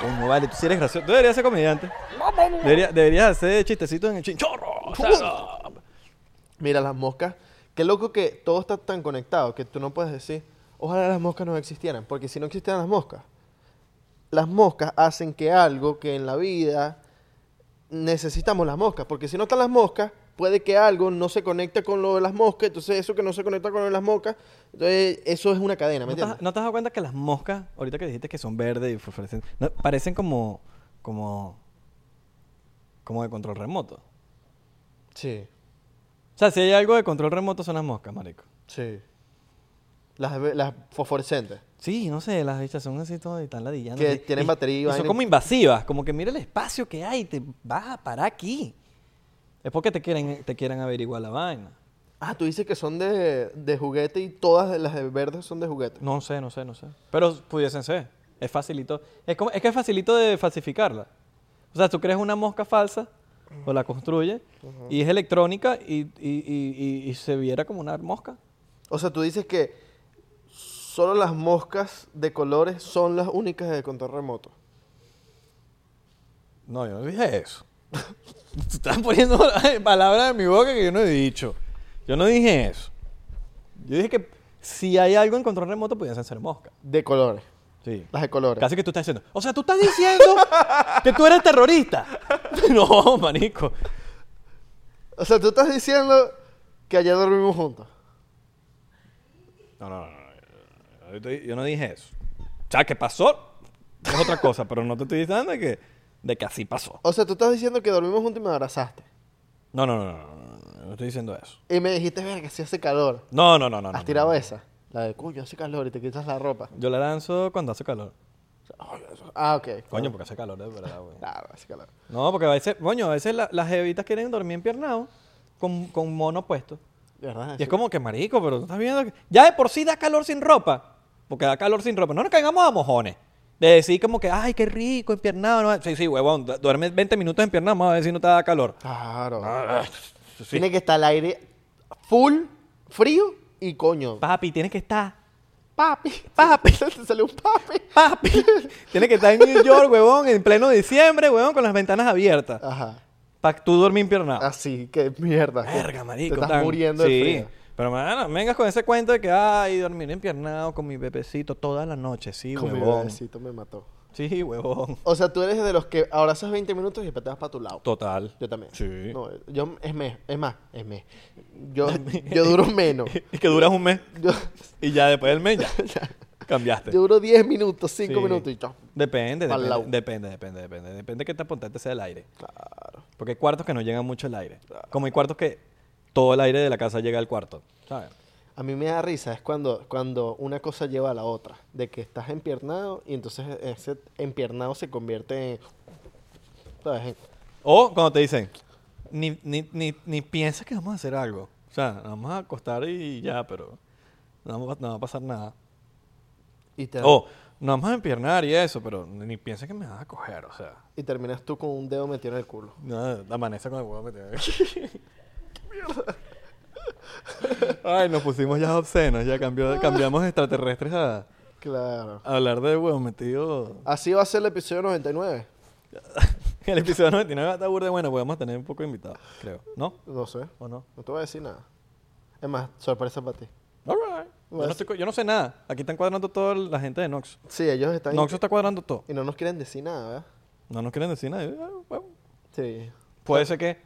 Speaker 1: Coño, vale, tú sí eres gracioso. Tú deberías ser comediante. Debería- deberías hacer chistecitos en el chinchorro. O sea,
Speaker 2: Mira, las moscas Qué loco que todo está tan conectado que tú no puedes decir, ojalá las moscas no existieran, porque si no existieran las moscas, las moscas hacen que algo que en la vida necesitamos las moscas, porque si no están las moscas, puede que algo no se conecte con lo de las moscas, entonces eso que no se conecta con lo de las moscas, entonces eso es una cadena, ¿me
Speaker 1: ¿No te, has,
Speaker 2: entiendes?
Speaker 1: no te has dado cuenta que las moscas, ahorita que dijiste que son verdes y fosforescen- no, parecen como, como, como de control remoto? O
Speaker 2: Sí,
Speaker 1: sea, si hay algo de control remoto son las moscas, marico.
Speaker 2: sí. Las, ve- las fosforescentes.
Speaker 1: Sí, no sé, las bichas son así todas y están ladillando.
Speaker 2: Que
Speaker 1: así.
Speaker 2: tienen
Speaker 1: Y-
Speaker 2: batería y
Speaker 1: y son
Speaker 2: vaina.
Speaker 1: como invasivas, como que mira el espacio que hay, te vas a parar aquí. Es porque te quieren, te quieren averiguar la vaina.
Speaker 2: Ah, tú dices que son de, de juguete y todas las de verdes son de juguete.
Speaker 1: No sé, no sé, no sé. Pero pudiesen ser. Es facilito. Es, como- es que es facilito de falsificarla. O sea, tú creas una mosca falsa o la construyes y es electrónica y, y- y- y- y se viera como una mosca.
Speaker 2: O sea, tú dices que solo las moscas de colores son las únicas de control remoto.
Speaker 1: No, yo no dije eso. Tú estás poniendo palabras en mi boca que yo no he dicho. Yo no dije eso. Yo dije que si hay algo en control remoto, pudiesen ser moscas.
Speaker 2: De colores.
Speaker 1: Sí.
Speaker 2: Las de colores.
Speaker 1: Casi que tú estás diciendo. O sea, tú estás diciendo que tú eres terrorista. no, manico.
Speaker 2: O sea, tú estás diciendo que ayer dormimos juntos.
Speaker 1: No, no, no, no. Yo, te- yo no dije eso. O sea, que pasó es otra cosa, pero no te estoy diciendo de que, de que así pasó.
Speaker 2: O sea, tú estás diciendo que dormimos juntos y me abrazaste.
Speaker 1: No, no, no, no, no, no, no, no estoy diciendo eso.
Speaker 2: Y me dijiste, verga, si hace calor.
Speaker 1: No, no, no, Ah, no. no,
Speaker 2: ¿Has tirado
Speaker 1: no.
Speaker 2: esa? La de, coño, hace calor y te quitas la ropa.
Speaker 1: Yo la lanzo cuando hace calor.
Speaker 2: Ah, ok.
Speaker 1: Coño, porque hace calor, de verdad, güey.
Speaker 2: Ah, hace calor.
Speaker 1: No, porque a veces, coño, a veces la- las jevitas quieren dormir empiernado con, con mono puesto.
Speaker 2: De verdad.
Speaker 1: Y es como que, marico, pero tú estás viendo que... Ya de por sí da calor sin ropa. Porque da calor sin ropa. No nos caigamos a mojones. De decir como que, ay, qué rico, empiernado. No. Sí, sí, huevón, du- duerme 20 minutos empiernado, vamos a ver si no te da calor.
Speaker 2: Claro.
Speaker 1: Ah, Sí.
Speaker 2: Tiene que estar el aire full, frío y coño.
Speaker 1: Papi, tienes que estar...
Speaker 2: papi. Papi. Te salió un papi.
Speaker 1: Papi, tienes que estar en New York, huevón, en pleno diciembre, huevón, con las ventanas abiertas.
Speaker 2: Ajá.
Speaker 1: Para tú dormir empiernado.
Speaker 2: Así, que mierda. que
Speaker 1: Ah. Verga, marico.
Speaker 2: Te estás
Speaker 1: tan-
Speaker 2: muriendo de
Speaker 1: sí.
Speaker 2: frío.
Speaker 1: Pero, mano, vengas con ese cuento de que, ay, dormir empiernado con mi bebecito toda la noche. Sí,
Speaker 2: Con mi
Speaker 1: huevón.
Speaker 2: bebecito me mató.
Speaker 1: Sí, huevón.
Speaker 2: O sea, tú eres de los que abrazas 20 minutos y después te vas para tu lado.
Speaker 1: Total.
Speaker 2: Yo también.
Speaker 1: Sí.
Speaker 2: No, yo, es mes, es más, es mes. Yo, yo duro menos.
Speaker 1: Y que duras un mes.
Speaker 2: Yo,
Speaker 1: Y ya después del mes ya. Cambiaste.
Speaker 2: yo duro 10 minutos, 5
Speaker 1: Sí.
Speaker 2: minutos y chao.
Speaker 1: Depende,
Speaker 2: Pa'l lado.
Speaker 1: depende, depende, depende, depende. Depende de qué tan potente sea el aire. Porque hay cuartos que no llegan mucho el aire. Como hay cuartos que todo el aire de la casa llega al cuarto. ¿Sabes?
Speaker 2: A mí me da risa, es cuando, cuando una cosa lleva a la otra. De que estás empiernado y entonces ese empiernado se convierte en... ¿Sabes? En-
Speaker 1: O cuando te dicen, ni, ni, ni, ni piensas que vamos a hacer algo. O sea, nos vamos a acostar y ya, pero no, va- no va a pasar nada.
Speaker 2: Y, te-
Speaker 1: O nos vamos a empiernar y eso, pero ni piensas que me vas a coger. O sea,
Speaker 2: y terminas tú con un dedo metido en el culo.
Speaker 1: no, amanece con el huevo metido. Ay, nos pusimos ya obscenos, ya cambió, cambiamos de extraterrestres a,
Speaker 2: Claro.
Speaker 1: a hablar de huevo metido.
Speaker 2: Así va a ser el episodio 99.
Speaker 1: El episodio 99 va a estar burde bueno, porque vamos a tener un poco de invitados, creo. ¿No?
Speaker 2: No sé.
Speaker 1: ¿O no?
Speaker 2: No te voy a decir nada. Es más, sorpresa para ti.
Speaker 1: All right. Yo, no
Speaker 2: Pues-
Speaker 1: estoy cu- yo no sé nada. Aquí están cuadrando toda la gente de Nox.
Speaker 2: Sí, ellos están...
Speaker 1: Nox está cuadrando todo.
Speaker 2: Y no nos quieren decir nada, ¿verdad?
Speaker 1: No nos quieren decir nada. Y, ah, bueno,
Speaker 2: Sí.
Speaker 1: Puede ser que.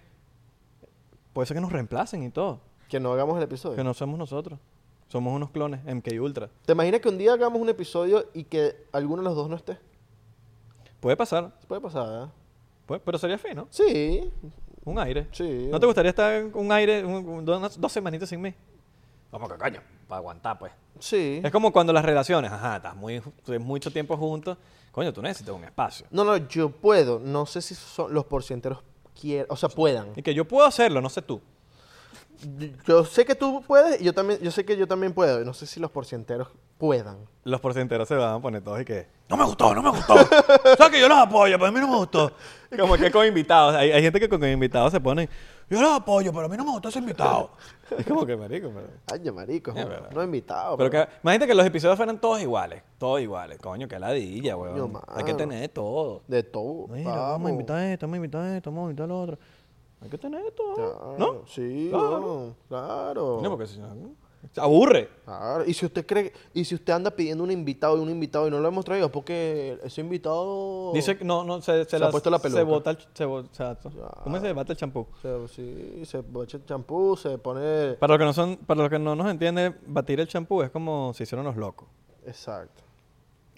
Speaker 1: Puede ser que nos reemplacen y todo.
Speaker 2: Que no hagamos el episodio.
Speaker 1: Que no somos nosotros. Somos unos clones, MK Ultra.
Speaker 2: ¿Te imaginas que un día hagamos un episodio y que alguno de los dos no esté?
Speaker 1: Puede pasar.
Speaker 2: Se puede pasar, ¿verdad?
Speaker 1: Puede- pero sería fino.
Speaker 2: Sí.
Speaker 1: Un aire.
Speaker 2: Sí.
Speaker 1: ¿No te gustaría estar con un aire un- un- dos, dos semanitas sin mí? Como que coño, para aguantar, pues.
Speaker 2: Sí.
Speaker 1: Es como cuando las relaciones, ajá, estás muy, estás mucho tiempo juntos. Coño, tú necesitas un espacio.
Speaker 2: No, no, yo puedo. No sé si son los porcienteros quieran, o sea, puedan.
Speaker 1: Y que yo puedo hacerlo, no sé tú.
Speaker 2: Yo sé que tú puedes y yo también, yo sé que yo también puedo. y No sé si los porcienteros puedan.
Speaker 1: Los porcenteros se van a poner todos y que no me gustó, no me gustó. ¿Sabes que yo los apoyo, pero a mí no me gustó? Como que con invitados. Hay, hay gente que con invitados se ponen yo los apoyo, pero a mí no me gustó ese invitado. Es como que marico, pero.
Speaker 2: Ay, ya, marico,
Speaker 1: Es
Speaker 2: no-
Speaker 1: verdad.
Speaker 2: no he invitado.
Speaker 1: Pero
Speaker 2: pero-
Speaker 1: que, imagínate que los episodios fueran todos iguales. Todos iguales. Coño, qué ladilla, weón.
Speaker 2: mano.
Speaker 1: Hay que tener de todo.
Speaker 2: De todo.
Speaker 1: Mira, vamos a
Speaker 2: vamos.
Speaker 1: invitar a esto, vamos a invitar a esto, vamos a invitar a lo otro. Hay que tener esto. ¿No?
Speaker 2: Sí,
Speaker 1: Claro.
Speaker 2: bueno, claro.
Speaker 1: No, porque si no. Se aburre.
Speaker 2: Claro, y si usted cree, y si usted anda pidiendo un invitado y un invitado y no lo hemos traído, es porque ese invitado.
Speaker 1: Dice que no, no, se, se,
Speaker 2: ha puesto la peluca.
Speaker 1: Se bota el. ch- Se bo- o sea, ¿Cómo se bota el champú?
Speaker 2: Se, sí, se echa champú, se pone.
Speaker 1: Para los que no son, para los que no nos entienden, batir el champú es como se hicieron los locos.
Speaker 2: Exacto.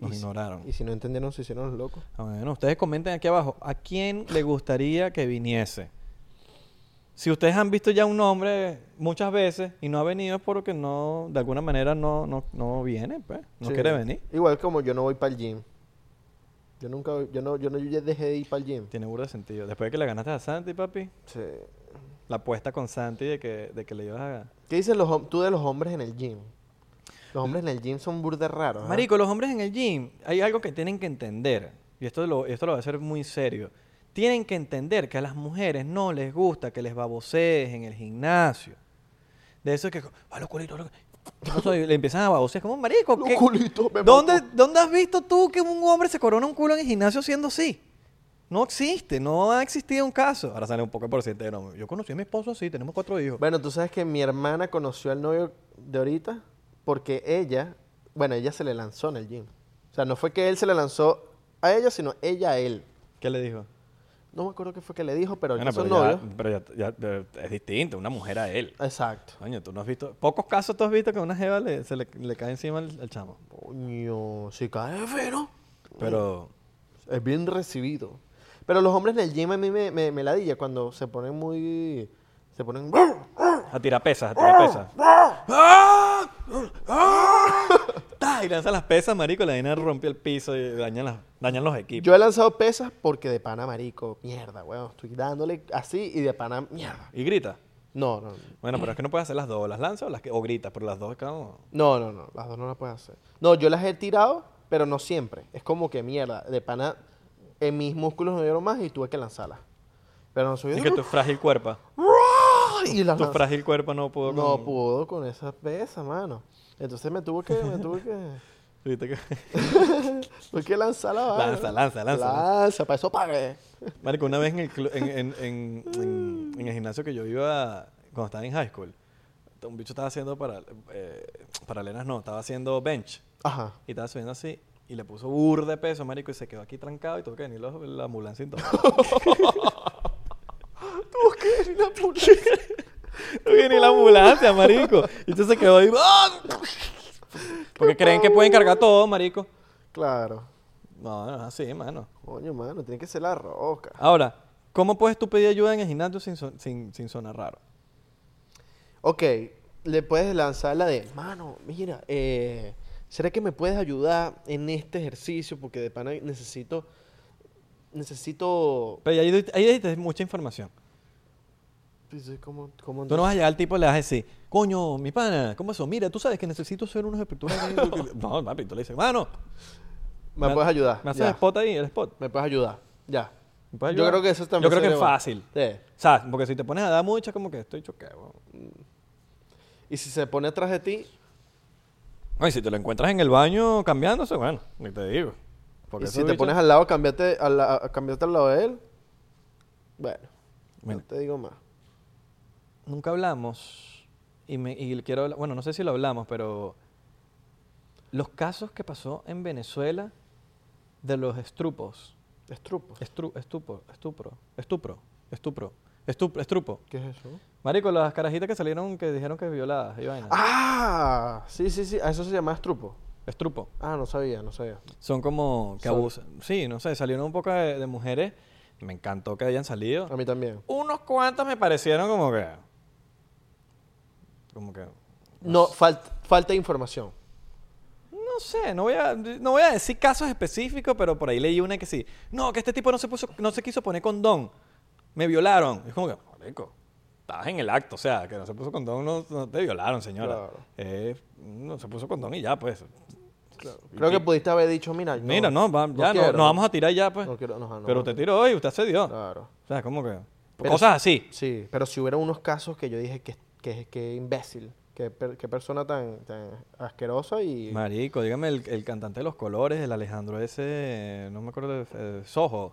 Speaker 1: Nos
Speaker 2: Y si-
Speaker 1: ignoraron.
Speaker 2: Y si no entendieron, se hicieron los locos.
Speaker 1: Ah, Bueno, ustedes comenten aquí abajo a quién le gustaría que viniese. Si ustedes han visto ya un nombre muchas veces y no ha venido es porque no, de alguna manera no, no, no viene, pues, no
Speaker 2: Sí.
Speaker 1: quiere venir.
Speaker 2: Igual como yo no voy para el gym. Yo nunca, voy- yo no, yo no, yo ya dejé de ir para el gym.
Speaker 1: Tiene burro de sentido. Después de que le ganaste a Santi, papi,
Speaker 2: Sí.
Speaker 1: la apuesta con Santi de que, de que le ibas a
Speaker 2: ¿Qué dices los, hom- tú de los hombres en el gym? Los hombres en el gym son burda raros. ¿ah?
Speaker 1: Marico, los hombres en el gym, hay algo que tienen que entender, y esto lo, esto lo voy a hacer muy serio. Tienen que entender que a las mujeres no les gusta que les babosees en el gimnasio. De eso es que, a los culitos, a los- ¿qué pasó? Y le empiezan a babosear. Como, marico,
Speaker 2: Los
Speaker 1: ¿qué-
Speaker 2: culitos, me
Speaker 1: ¿dónde,
Speaker 2: mató.
Speaker 1: ¿dónde has visto tú que un hombre se corona un culo en el gimnasio siendo así? No existe, no ha existido un caso. Ahora sale un poco el porcentaje. no, yo conocí a mi esposo así, tenemos cuatro hijos.
Speaker 2: Bueno, tú sabes que mi hermana conoció al novio de ahorita porque ella, bueno, ella se le lanzó en el gym. O sea, no fue que él se le lanzó a ella, sino ella a él.
Speaker 1: ¿Qué le dijo?
Speaker 2: No me acuerdo qué fue que le dijo, pero
Speaker 1: Bueno,
Speaker 2: ellos son
Speaker 1: pero
Speaker 2: novios.
Speaker 1: ya- pero ya- ya- ya es distinto, una mujer a él.
Speaker 2: Exacto.
Speaker 1: Coño, tú no has visto. Pocos casos tú has visto que una jeva le, se le, le cae encima al, al chamo.
Speaker 2: Coño, si cae feo.
Speaker 1: Pero.
Speaker 2: Es bien recibido. Pero los hombres en el gym a mí me, me, me ladilla cuando se ponen muy. Se ponen.
Speaker 1: A tirar pesas, a tirar pesas. ¡Ah! ¡Ah! ¡Ta! Y lanza las pesas, marico. La vaina rompe el piso y dañan, las, dañan los equipos.
Speaker 2: Yo he lanzado pesas porque de pana marico. Mierda, weón. Estoy dándole así y de pana. Mierda.
Speaker 1: Y grita.
Speaker 2: No, no.
Speaker 1: Bueno, pero es que no puedes hacer las dos. Las lanzas o, las que, o gritas, pero las dos, cabrón.
Speaker 2: No, no, no. Las dos no las puedes hacer. No, yo las he tirado, pero no siempre. Es como que mierda. De pana. En mis músculos no dieron más y tuve que lanzarlas. Pero no soy.
Speaker 1: Es que tu frágil cuerpo.
Speaker 2: y las
Speaker 1: Tu
Speaker 2: lanzo.
Speaker 1: frágil cuerpo no pudo.
Speaker 2: No
Speaker 1: con-
Speaker 2: pudo con esas pesas, mano. Entonces me tuvo que. Me tuve que
Speaker 1: Viste que-
Speaker 2: tuve que lanzar la vara.
Speaker 1: Lanza, lanza, lanza.
Speaker 2: Lanza, para eso pagué.
Speaker 1: Marico, una vez en el, clu- en, en- en- en- en el gimnasio que yo iba cuando estaba en high school, un bicho estaba haciendo para, eh, paralelas, no, estaba haciendo bench
Speaker 2: Ajá.
Speaker 1: y estaba subiendo así y le puso bur de peso, marico, y se quedó aquí trancado y tuvo que venir los- la ambulancia y todo.
Speaker 2: Tuvo que venir la ambulancia.
Speaker 1: tuvo que venir la ambulancia, marico. Y entonces se quedó ahí. ¡ah! Porque creen que pueden cargar todo, marico.
Speaker 2: Claro.
Speaker 1: No, no es así, mano.
Speaker 2: Coño, mano, tiene que ser la roca.
Speaker 1: Ahora, ¿cómo puedes tú pedir ayuda en el gimnasio sin, son- sin, sin sonar raro?
Speaker 2: Ok, le puedes lanzar la de, mano, mira, eh, ¿será que me puedes ayudar en este ejercicio? Porque de pana necesito. Necesito.
Speaker 1: Pero ahí, ahí diste mucha información.
Speaker 2: Dice, pues, ¿Cómo, cómo
Speaker 1: Tú no vas a llegar al tipo y le vas a decir, coño, mi pana, ¿cómo eso? Mira, tú sabes que necesito hacer unos espectaculares. no, papi, tú le dices, mano,
Speaker 2: ¿Me,
Speaker 1: me-
Speaker 2: puedes ayudar?
Speaker 1: me haces
Speaker 2: Ya.
Speaker 1: el spot ahí, el spot.
Speaker 2: Me puedes ayudar. Ya.
Speaker 1: ¿Me puedes
Speaker 2: Yo
Speaker 1: ayudar?
Speaker 2: creo que eso también
Speaker 1: Yo creo que
Speaker 2: sería
Speaker 1: es
Speaker 2: bueno.
Speaker 1: fácil.
Speaker 2: Sí.
Speaker 1: O sea, porque si te pones a dar mucho, como que estoy choqueado.
Speaker 2: Y si se pone atrás de ti,
Speaker 1: No, y si te lo encuentras en el baño cambiándose, bueno, ni te digo. Porque
Speaker 2: y
Speaker 1: esos
Speaker 2: si te
Speaker 1: bichos-
Speaker 2: pones al lado, cambiate al, la- a- cambiarte al lado de él. Bueno,
Speaker 1: Bueno.
Speaker 2: no te digo más.
Speaker 1: Nunca hablamos, y, me, y quiero hablar- bueno, no sé si lo hablamos, pero los casos que pasó en Venezuela de los estrupos.
Speaker 2: Estrupo.
Speaker 1: Estru, estupo, estupro, estupro, estupro, estupro, estrupo.
Speaker 2: ¿Qué es eso?
Speaker 1: Marico, las carajitas que salieron que dijeron que violadas, y vaina.
Speaker 2: ¡Ah! Sí, sí, sí. A eso se llama estrupo.
Speaker 1: Estrupo.
Speaker 2: Ah, no sabía, no sabía.
Speaker 1: Son como que
Speaker 2: Son-
Speaker 1: abusan. Sí, no sé, salieron un poco de, de mujeres. Me encantó que hayan salido.
Speaker 2: A mí también.
Speaker 1: Unos cuantos me parecieron como que. Como que.
Speaker 2: No, falta falta de información.
Speaker 1: No sé, no voy, a, no voy a decir casos específicos, pero por ahí leí una que sí. No, que este tipo no se puso, no se quiso poner condón. Me violaron. Y es como que, marico, estabas en el acto, o sea, que no se puso condón, no, no te violaron, señora.
Speaker 2: Claro.
Speaker 1: Eh, no se puso condón y ya, pues.
Speaker 2: Creo que pudiste haber dicho, mira, no,
Speaker 1: Mira, no, va- ya no,
Speaker 2: quiero.
Speaker 1: nos vamos a tirar ya, pues.
Speaker 2: No quiero, no, no,
Speaker 1: pero
Speaker 2: no.
Speaker 1: usted tiró y usted se dio.
Speaker 2: Claro.
Speaker 1: O sea, como que.
Speaker 2: Pero-
Speaker 1: cosas así.
Speaker 2: Sí, pero si hubiera unos casos que yo dije que, que, que imbécil, que, per- que persona tan, tan asquerosa y...
Speaker 1: Marico, dígame el, el cantante de los colores, el Alejandro ese, eh, no me acuerdo, de- eh, Soho.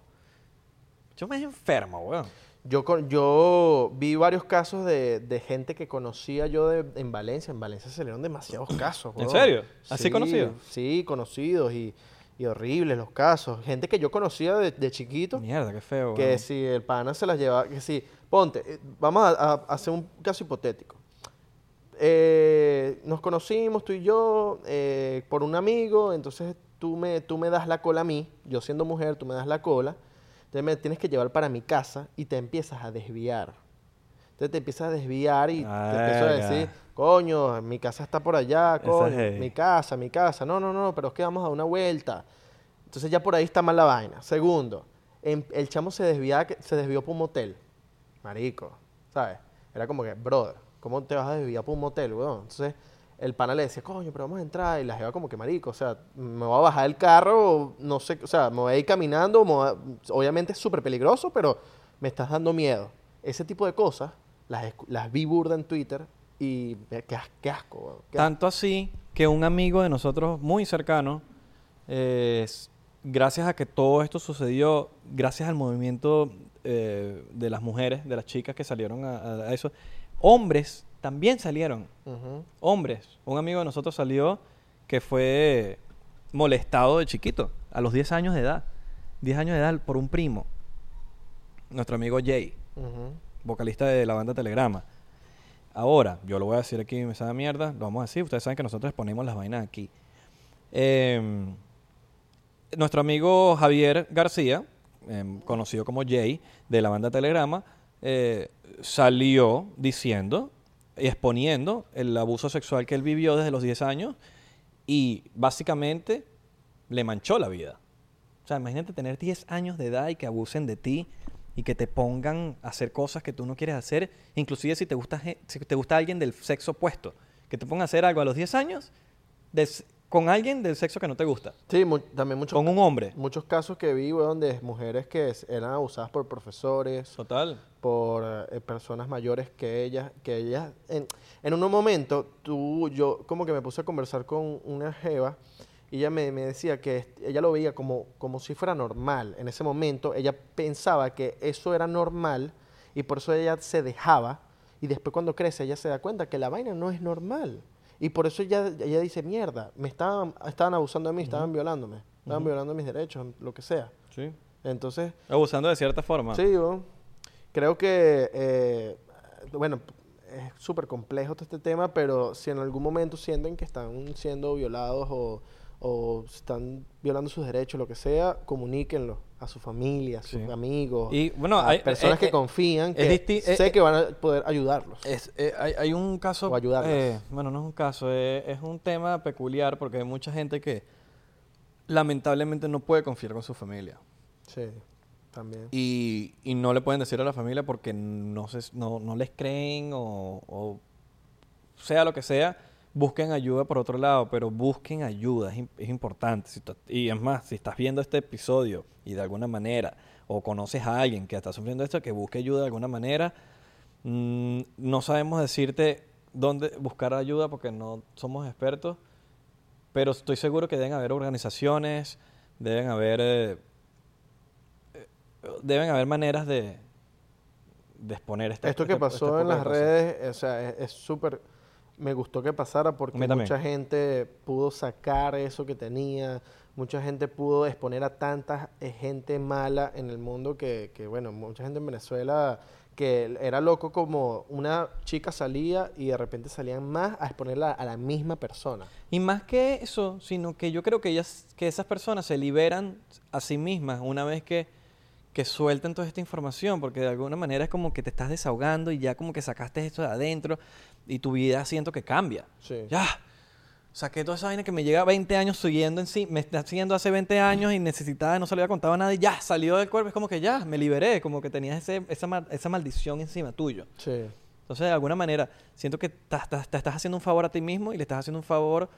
Speaker 1: Yo me enfermo, weón.
Speaker 2: Yo, con- yo vi varios casos de, de gente que conocía yo de- en Valencia. En Valencia se dieron demasiados casos.
Speaker 1: ¿En
Speaker 2: huevón.
Speaker 1: serio? ¿Así
Speaker 2: Sí,
Speaker 1: conocidos?
Speaker 2: Sí, conocidos y, y horribles los casos. Gente que yo conocía de, de chiquito.
Speaker 1: Mierda, qué feo.
Speaker 2: Que
Speaker 1: weón.
Speaker 2: si el pana se las llevaba, que si, ponte, eh, vamos a, a- a hacer un caso hipotético. Eh, nos conocimos tú y yo eh, por un amigo, entonces tú me, tú me das la cola a mí, yo siendo mujer, tú me das la cola, entonces me tienes que llevar para mi casa y te empiezas a desviar. Entonces te empiezas a desviar y te empiezo a
Speaker 1: Verga.
Speaker 2: decir, coño, mi casa está por allá,
Speaker 1: Esa
Speaker 2: coño,
Speaker 1: es heavy.
Speaker 2: mi casa, mi casa, no, no, no, pero es que vamos a una vuelta. Entonces ya por ahí está mal la vaina. Segundo, em- el chamo se, desviaba, que- se desvió por un motel. Marico, ¿sabes? Era como que, brother, ¿cómo te vas a desviar por un motel, weón? Entonces el pana le decía, coño, pero vamos a entrar. Y la jeva como que, marico, o sea, me voy a bajar el carro, o no sé, o sea, me voy a ir caminando. me voy a- Obviamente es súper peligroso, pero me estás dando miedo. Ese tipo de cosas las, escu- las vi burda en Twitter y me- qué, as- qué asco, weón. qué asco.
Speaker 1: Tanto así que un amigo de nosotros muy cercano, eh, s- gracias a que todo esto sucedió, gracias al movimiento eh, de las mujeres, de las chicas que salieron a, a- a eso, hombres también salieron.
Speaker 2: Ujú.
Speaker 1: Hombres. Un amigo de nosotros salió que fue molestado de chiquito, a los 10 años de edad. 10 años de edad por un primo. Nuestro amigo Jay
Speaker 2: Ujú.
Speaker 1: vocalista de la banda Telegrama. Ahora, yo lo voy a decir aquí, me sabe mierda, lo vamos a decir, ustedes saben que nosotros ponemos las vainas aquí. Em, nuestro amigo Javier García, em, conocido como Jay, de la banda Telegrama, eh, salió diciendo y exponiendo el abuso sexual que él vivió desde los 10 años y básicamente le manchó la vida. O sea, imagínate tener 10 años de edad y que abusen de ti y que te pongan a hacer cosas que tú no quieres hacer, inclusive si te gusta, gen- si te gusta alguien del sexo opuesto, que te pongan a hacer algo a los 10 años des- con alguien del sexo que no te gusta,
Speaker 2: Sí, mu- también muchos
Speaker 1: con un hombre.
Speaker 2: Muchos casos que vi, weón, de mujeres que es- eran abusadas por profesores,
Speaker 1: Total.
Speaker 2: por eh, personas mayores que ellas, que ellas... En, en un momento, tú, yo como que me puse a conversar con una jeva y ella me, me decía que est- ella lo veía como, como si fuera normal. En ese momento, ella pensaba que eso era normal y por eso ella se dejaba y después cuando crece ella se da cuenta que la vaina no es normal. Y por eso ella, ella dice, mierda, me estaban, estaban abusando de mí, estaban violándome, estaban violando mis derechos, lo que sea.
Speaker 1: Sí.
Speaker 2: Entonces,
Speaker 1: Abusando de cierta forma.
Speaker 2: Sí, weón. creo que, eh, bueno, es súper complejo todo este tema, pero si en algún momento sienten que están siendo violados o, o están violando sus derechos, lo que sea, comuníquenlo a su familia, a sus
Speaker 1: Sí.
Speaker 2: amigos,
Speaker 1: Y, bueno,
Speaker 2: a
Speaker 1: hay-
Speaker 2: personas
Speaker 1: es-
Speaker 2: que
Speaker 1: es-
Speaker 2: confían, que
Speaker 1: es disti-
Speaker 2: sé
Speaker 1: es-
Speaker 2: que van a poder ayudarlos.
Speaker 1: Es- eh, hay, hay un caso...
Speaker 2: O ayudarlas.
Speaker 1: eh, bueno, no es un caso, eh, es un tema peculiar porque hay mucha gente que lamentablemente no puede confiar con su familia.
Speaker 2: Sí, también.
Speaker 1: Y, y no le pueden decir a la familia porque no, se, no, no les creen o, o sea lo que sea, busquen ayuda por otro lado, pero busquen ayuda, es, im- es importante. Si tú- y es más, si estás viendo este episodio y de alguna manera, o conoces a alguien que está sufriendo esto, que busque ayuda de alguna manera, mm, no sabemos decirte dónde buscar ayuda porque no somos expertos, pero estoy seguro que deben haber organizaciones, deben haber... eh, deben haber maneras de, de exponer esta-
Speaker 2: Esto que
Speaker 1: este- este
Speaker 2: pasó
Speaker 1: poco
Speaker 2: en
Speaker 1: de
Speaker 2: las
Speaker 1: cosas.
Speaker 2: redes, o sea, es es súper... Me gustó que pasara porque
Speaker 1: A mí también.
Speaker 2: mucha gente pudo sacar eso que tenía, mucha gente pudo exponer a tanta eh, gente mala en el mundo que, que, bueno, mucha gente en Venezuela que era loco como una chica salía y de repente salían más a exponerla a la misma persona.
Speaker 1: Y más que eso, sino que yo creo que, ellas, que esas personas se liberan a sí mismas una vez que, que sueltan toda esta información, porque de alguna manera es como que te estás desahogando y ya como que sacaste esto de adentro y tu vida siento que cambia.
Speaker 2: Sí.
Speaker 1: Ya, saqué toda esa vaina que me llega 20 años siguiendo en sí, me está siguiendo hace 20 años y necesitaba, no se lo había contado a nadie, ya, salió del cuerpo, es como que ya, me liberé, como que tenías ese- esa, ma- esa maldición encima tuyo.
Speaker 2: Sí.
Speaker 1: Entonces, de alguna manera, siento que ta- ta- te estás haciendo un favor a ti mismo y le estás haciendo un favor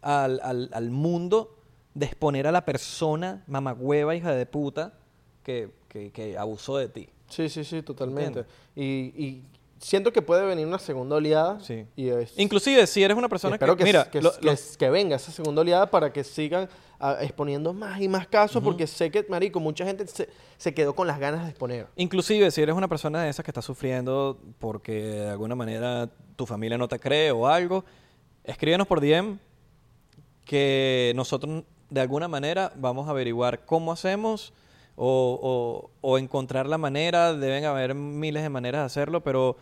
Speaker 1: al, al- al mundo de exponer a la persona mamagüeva, hija de puta, que, que- que abusó de ti.
Speaker 2: Sí, sí, sí, totalmente. Y, y siento que puede venir una segunda oleada.
Speaker 1: Sí.
Speaker 2: Y es-
Speaker 1: Inclusive, si eres una persona
Speaker 2: espero
Speaker 1: que,
Speaker 2: que,
Speaker 1: Mira,
Speaker 2: que-
Speaker 1: lo-
Speaker 2: que-
Speaker 1: lo-
Speaker 2: que venga esa segunda oleada para que sigan ah, exponiendo más y más casos, porque sé que, marico, mucha gente se, se quedó con las ganas de exponer.
Speaker 1: Inclusive si eres una persona de esas que está sufriendo porque de alguna manera tu familia no te cree o algo, escríbenos por DM que nosotros de alguna manera vamos a averiguar cómo hacemos o, o- o encontrar la manera, deben haber miles de maneras de hacerlo, pero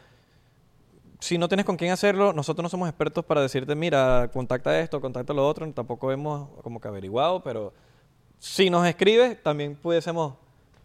Speaker 1: si no tienes con quién hacerlo, nosotros no somos expertos para decirte, mira, contacta esto, contacta lo otro, tampoco hemos como que averiguado, pero si nos escribes, también pudiésemos,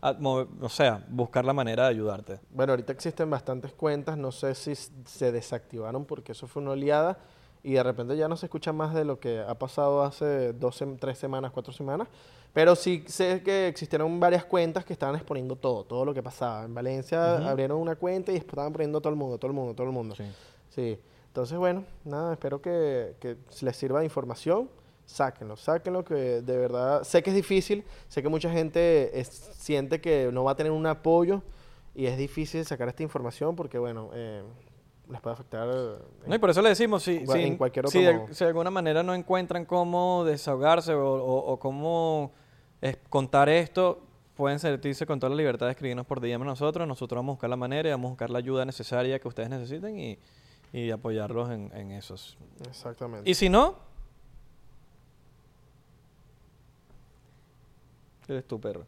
Speaker 1: ah, mo- o sea, buscar la manera de ayudarte.
Speaker 2: Bueno, ahorita existen bastantes cuentas, no sé si s- se desactivaron porque eso fue una oleada y de repente ya no se escucha más de lo que ha pasado hace dos, sem- tres semanas, cuatro semanas, pero sí sé que existieron varias cuentas que estaban exponiendo todo, todo lo que pasaba. En Valencia abrieron una cuenta y estaban poniendo todo el mundo, todo el mundo, todo el mundo.
Speaker 1: Sí.
Speaker 2: Sí. Entonces, bueno, nada, espero que, que les sirva de información. Sáquenlo, sáquenlo, que de verdad sé que es difícil, sé que mucha gente es- siente que no va a tener un apoyo y es difícil sacar esta información porque, bueno, eh, les puede afectar. eh, en-
Speaker 1: No, y por eso le decimos, si,
Speaker 2: Gua-
Speaker 1: si-
Speaker 2: en cualquier
Speaker 1: si,
Speaker 2: otro
Speaker 1: de,
Speaker 2: modo.
Speaker 1: si de alguna manera no encuentran cómo desahogarse o, o- o cómo eh, contar esto, pueden sentirse con toda la libertad de escribirnos por DM a nosotros. Nosotros vamos a buscar la manera y vamos a buscar la ayuda necesaria que ustedes necesiten y, y apoyarlos en, en esos.
Speaker 2: Exactamente.
Speaker 1: Y si no, eres tu perro.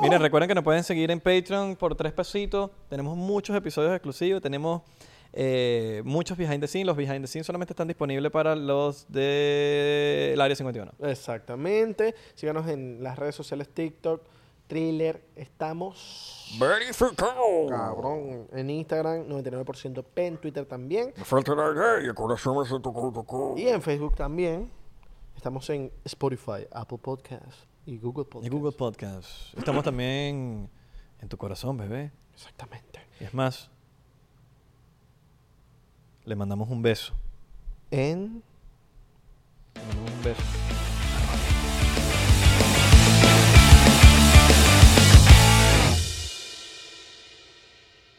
Speaker 1: Miren, recuerden que nos pueden seguir en Patreon por tres pesitos. Tenemos muchos episodios exclusivos. Tenemos eh, muchos behind the scenes. Los behind the scenes solamente están disponibles para los del área 51.
Speaker 2: Exactamente. Síganos en las redes sociales TikTok, Thriller, estamos. Cabrón. En Instagram, 99% P, en Twitter también.
Speaker 4: Me falta la idea y el corazón me hace tucu, tucu.
Speaker 2: Y en Facebook también. Estamos en Spotify, Apple Podcasts y Google Podcasts.
Speaker 1: En Google Podcast. Estamos también en tu corazón, bebé.
Speaker 2: Exactamente.
Speaker 1: Y es más, le mandamos un beso.
Speaker 2: En
Speaker 1: Le mandamos un beso.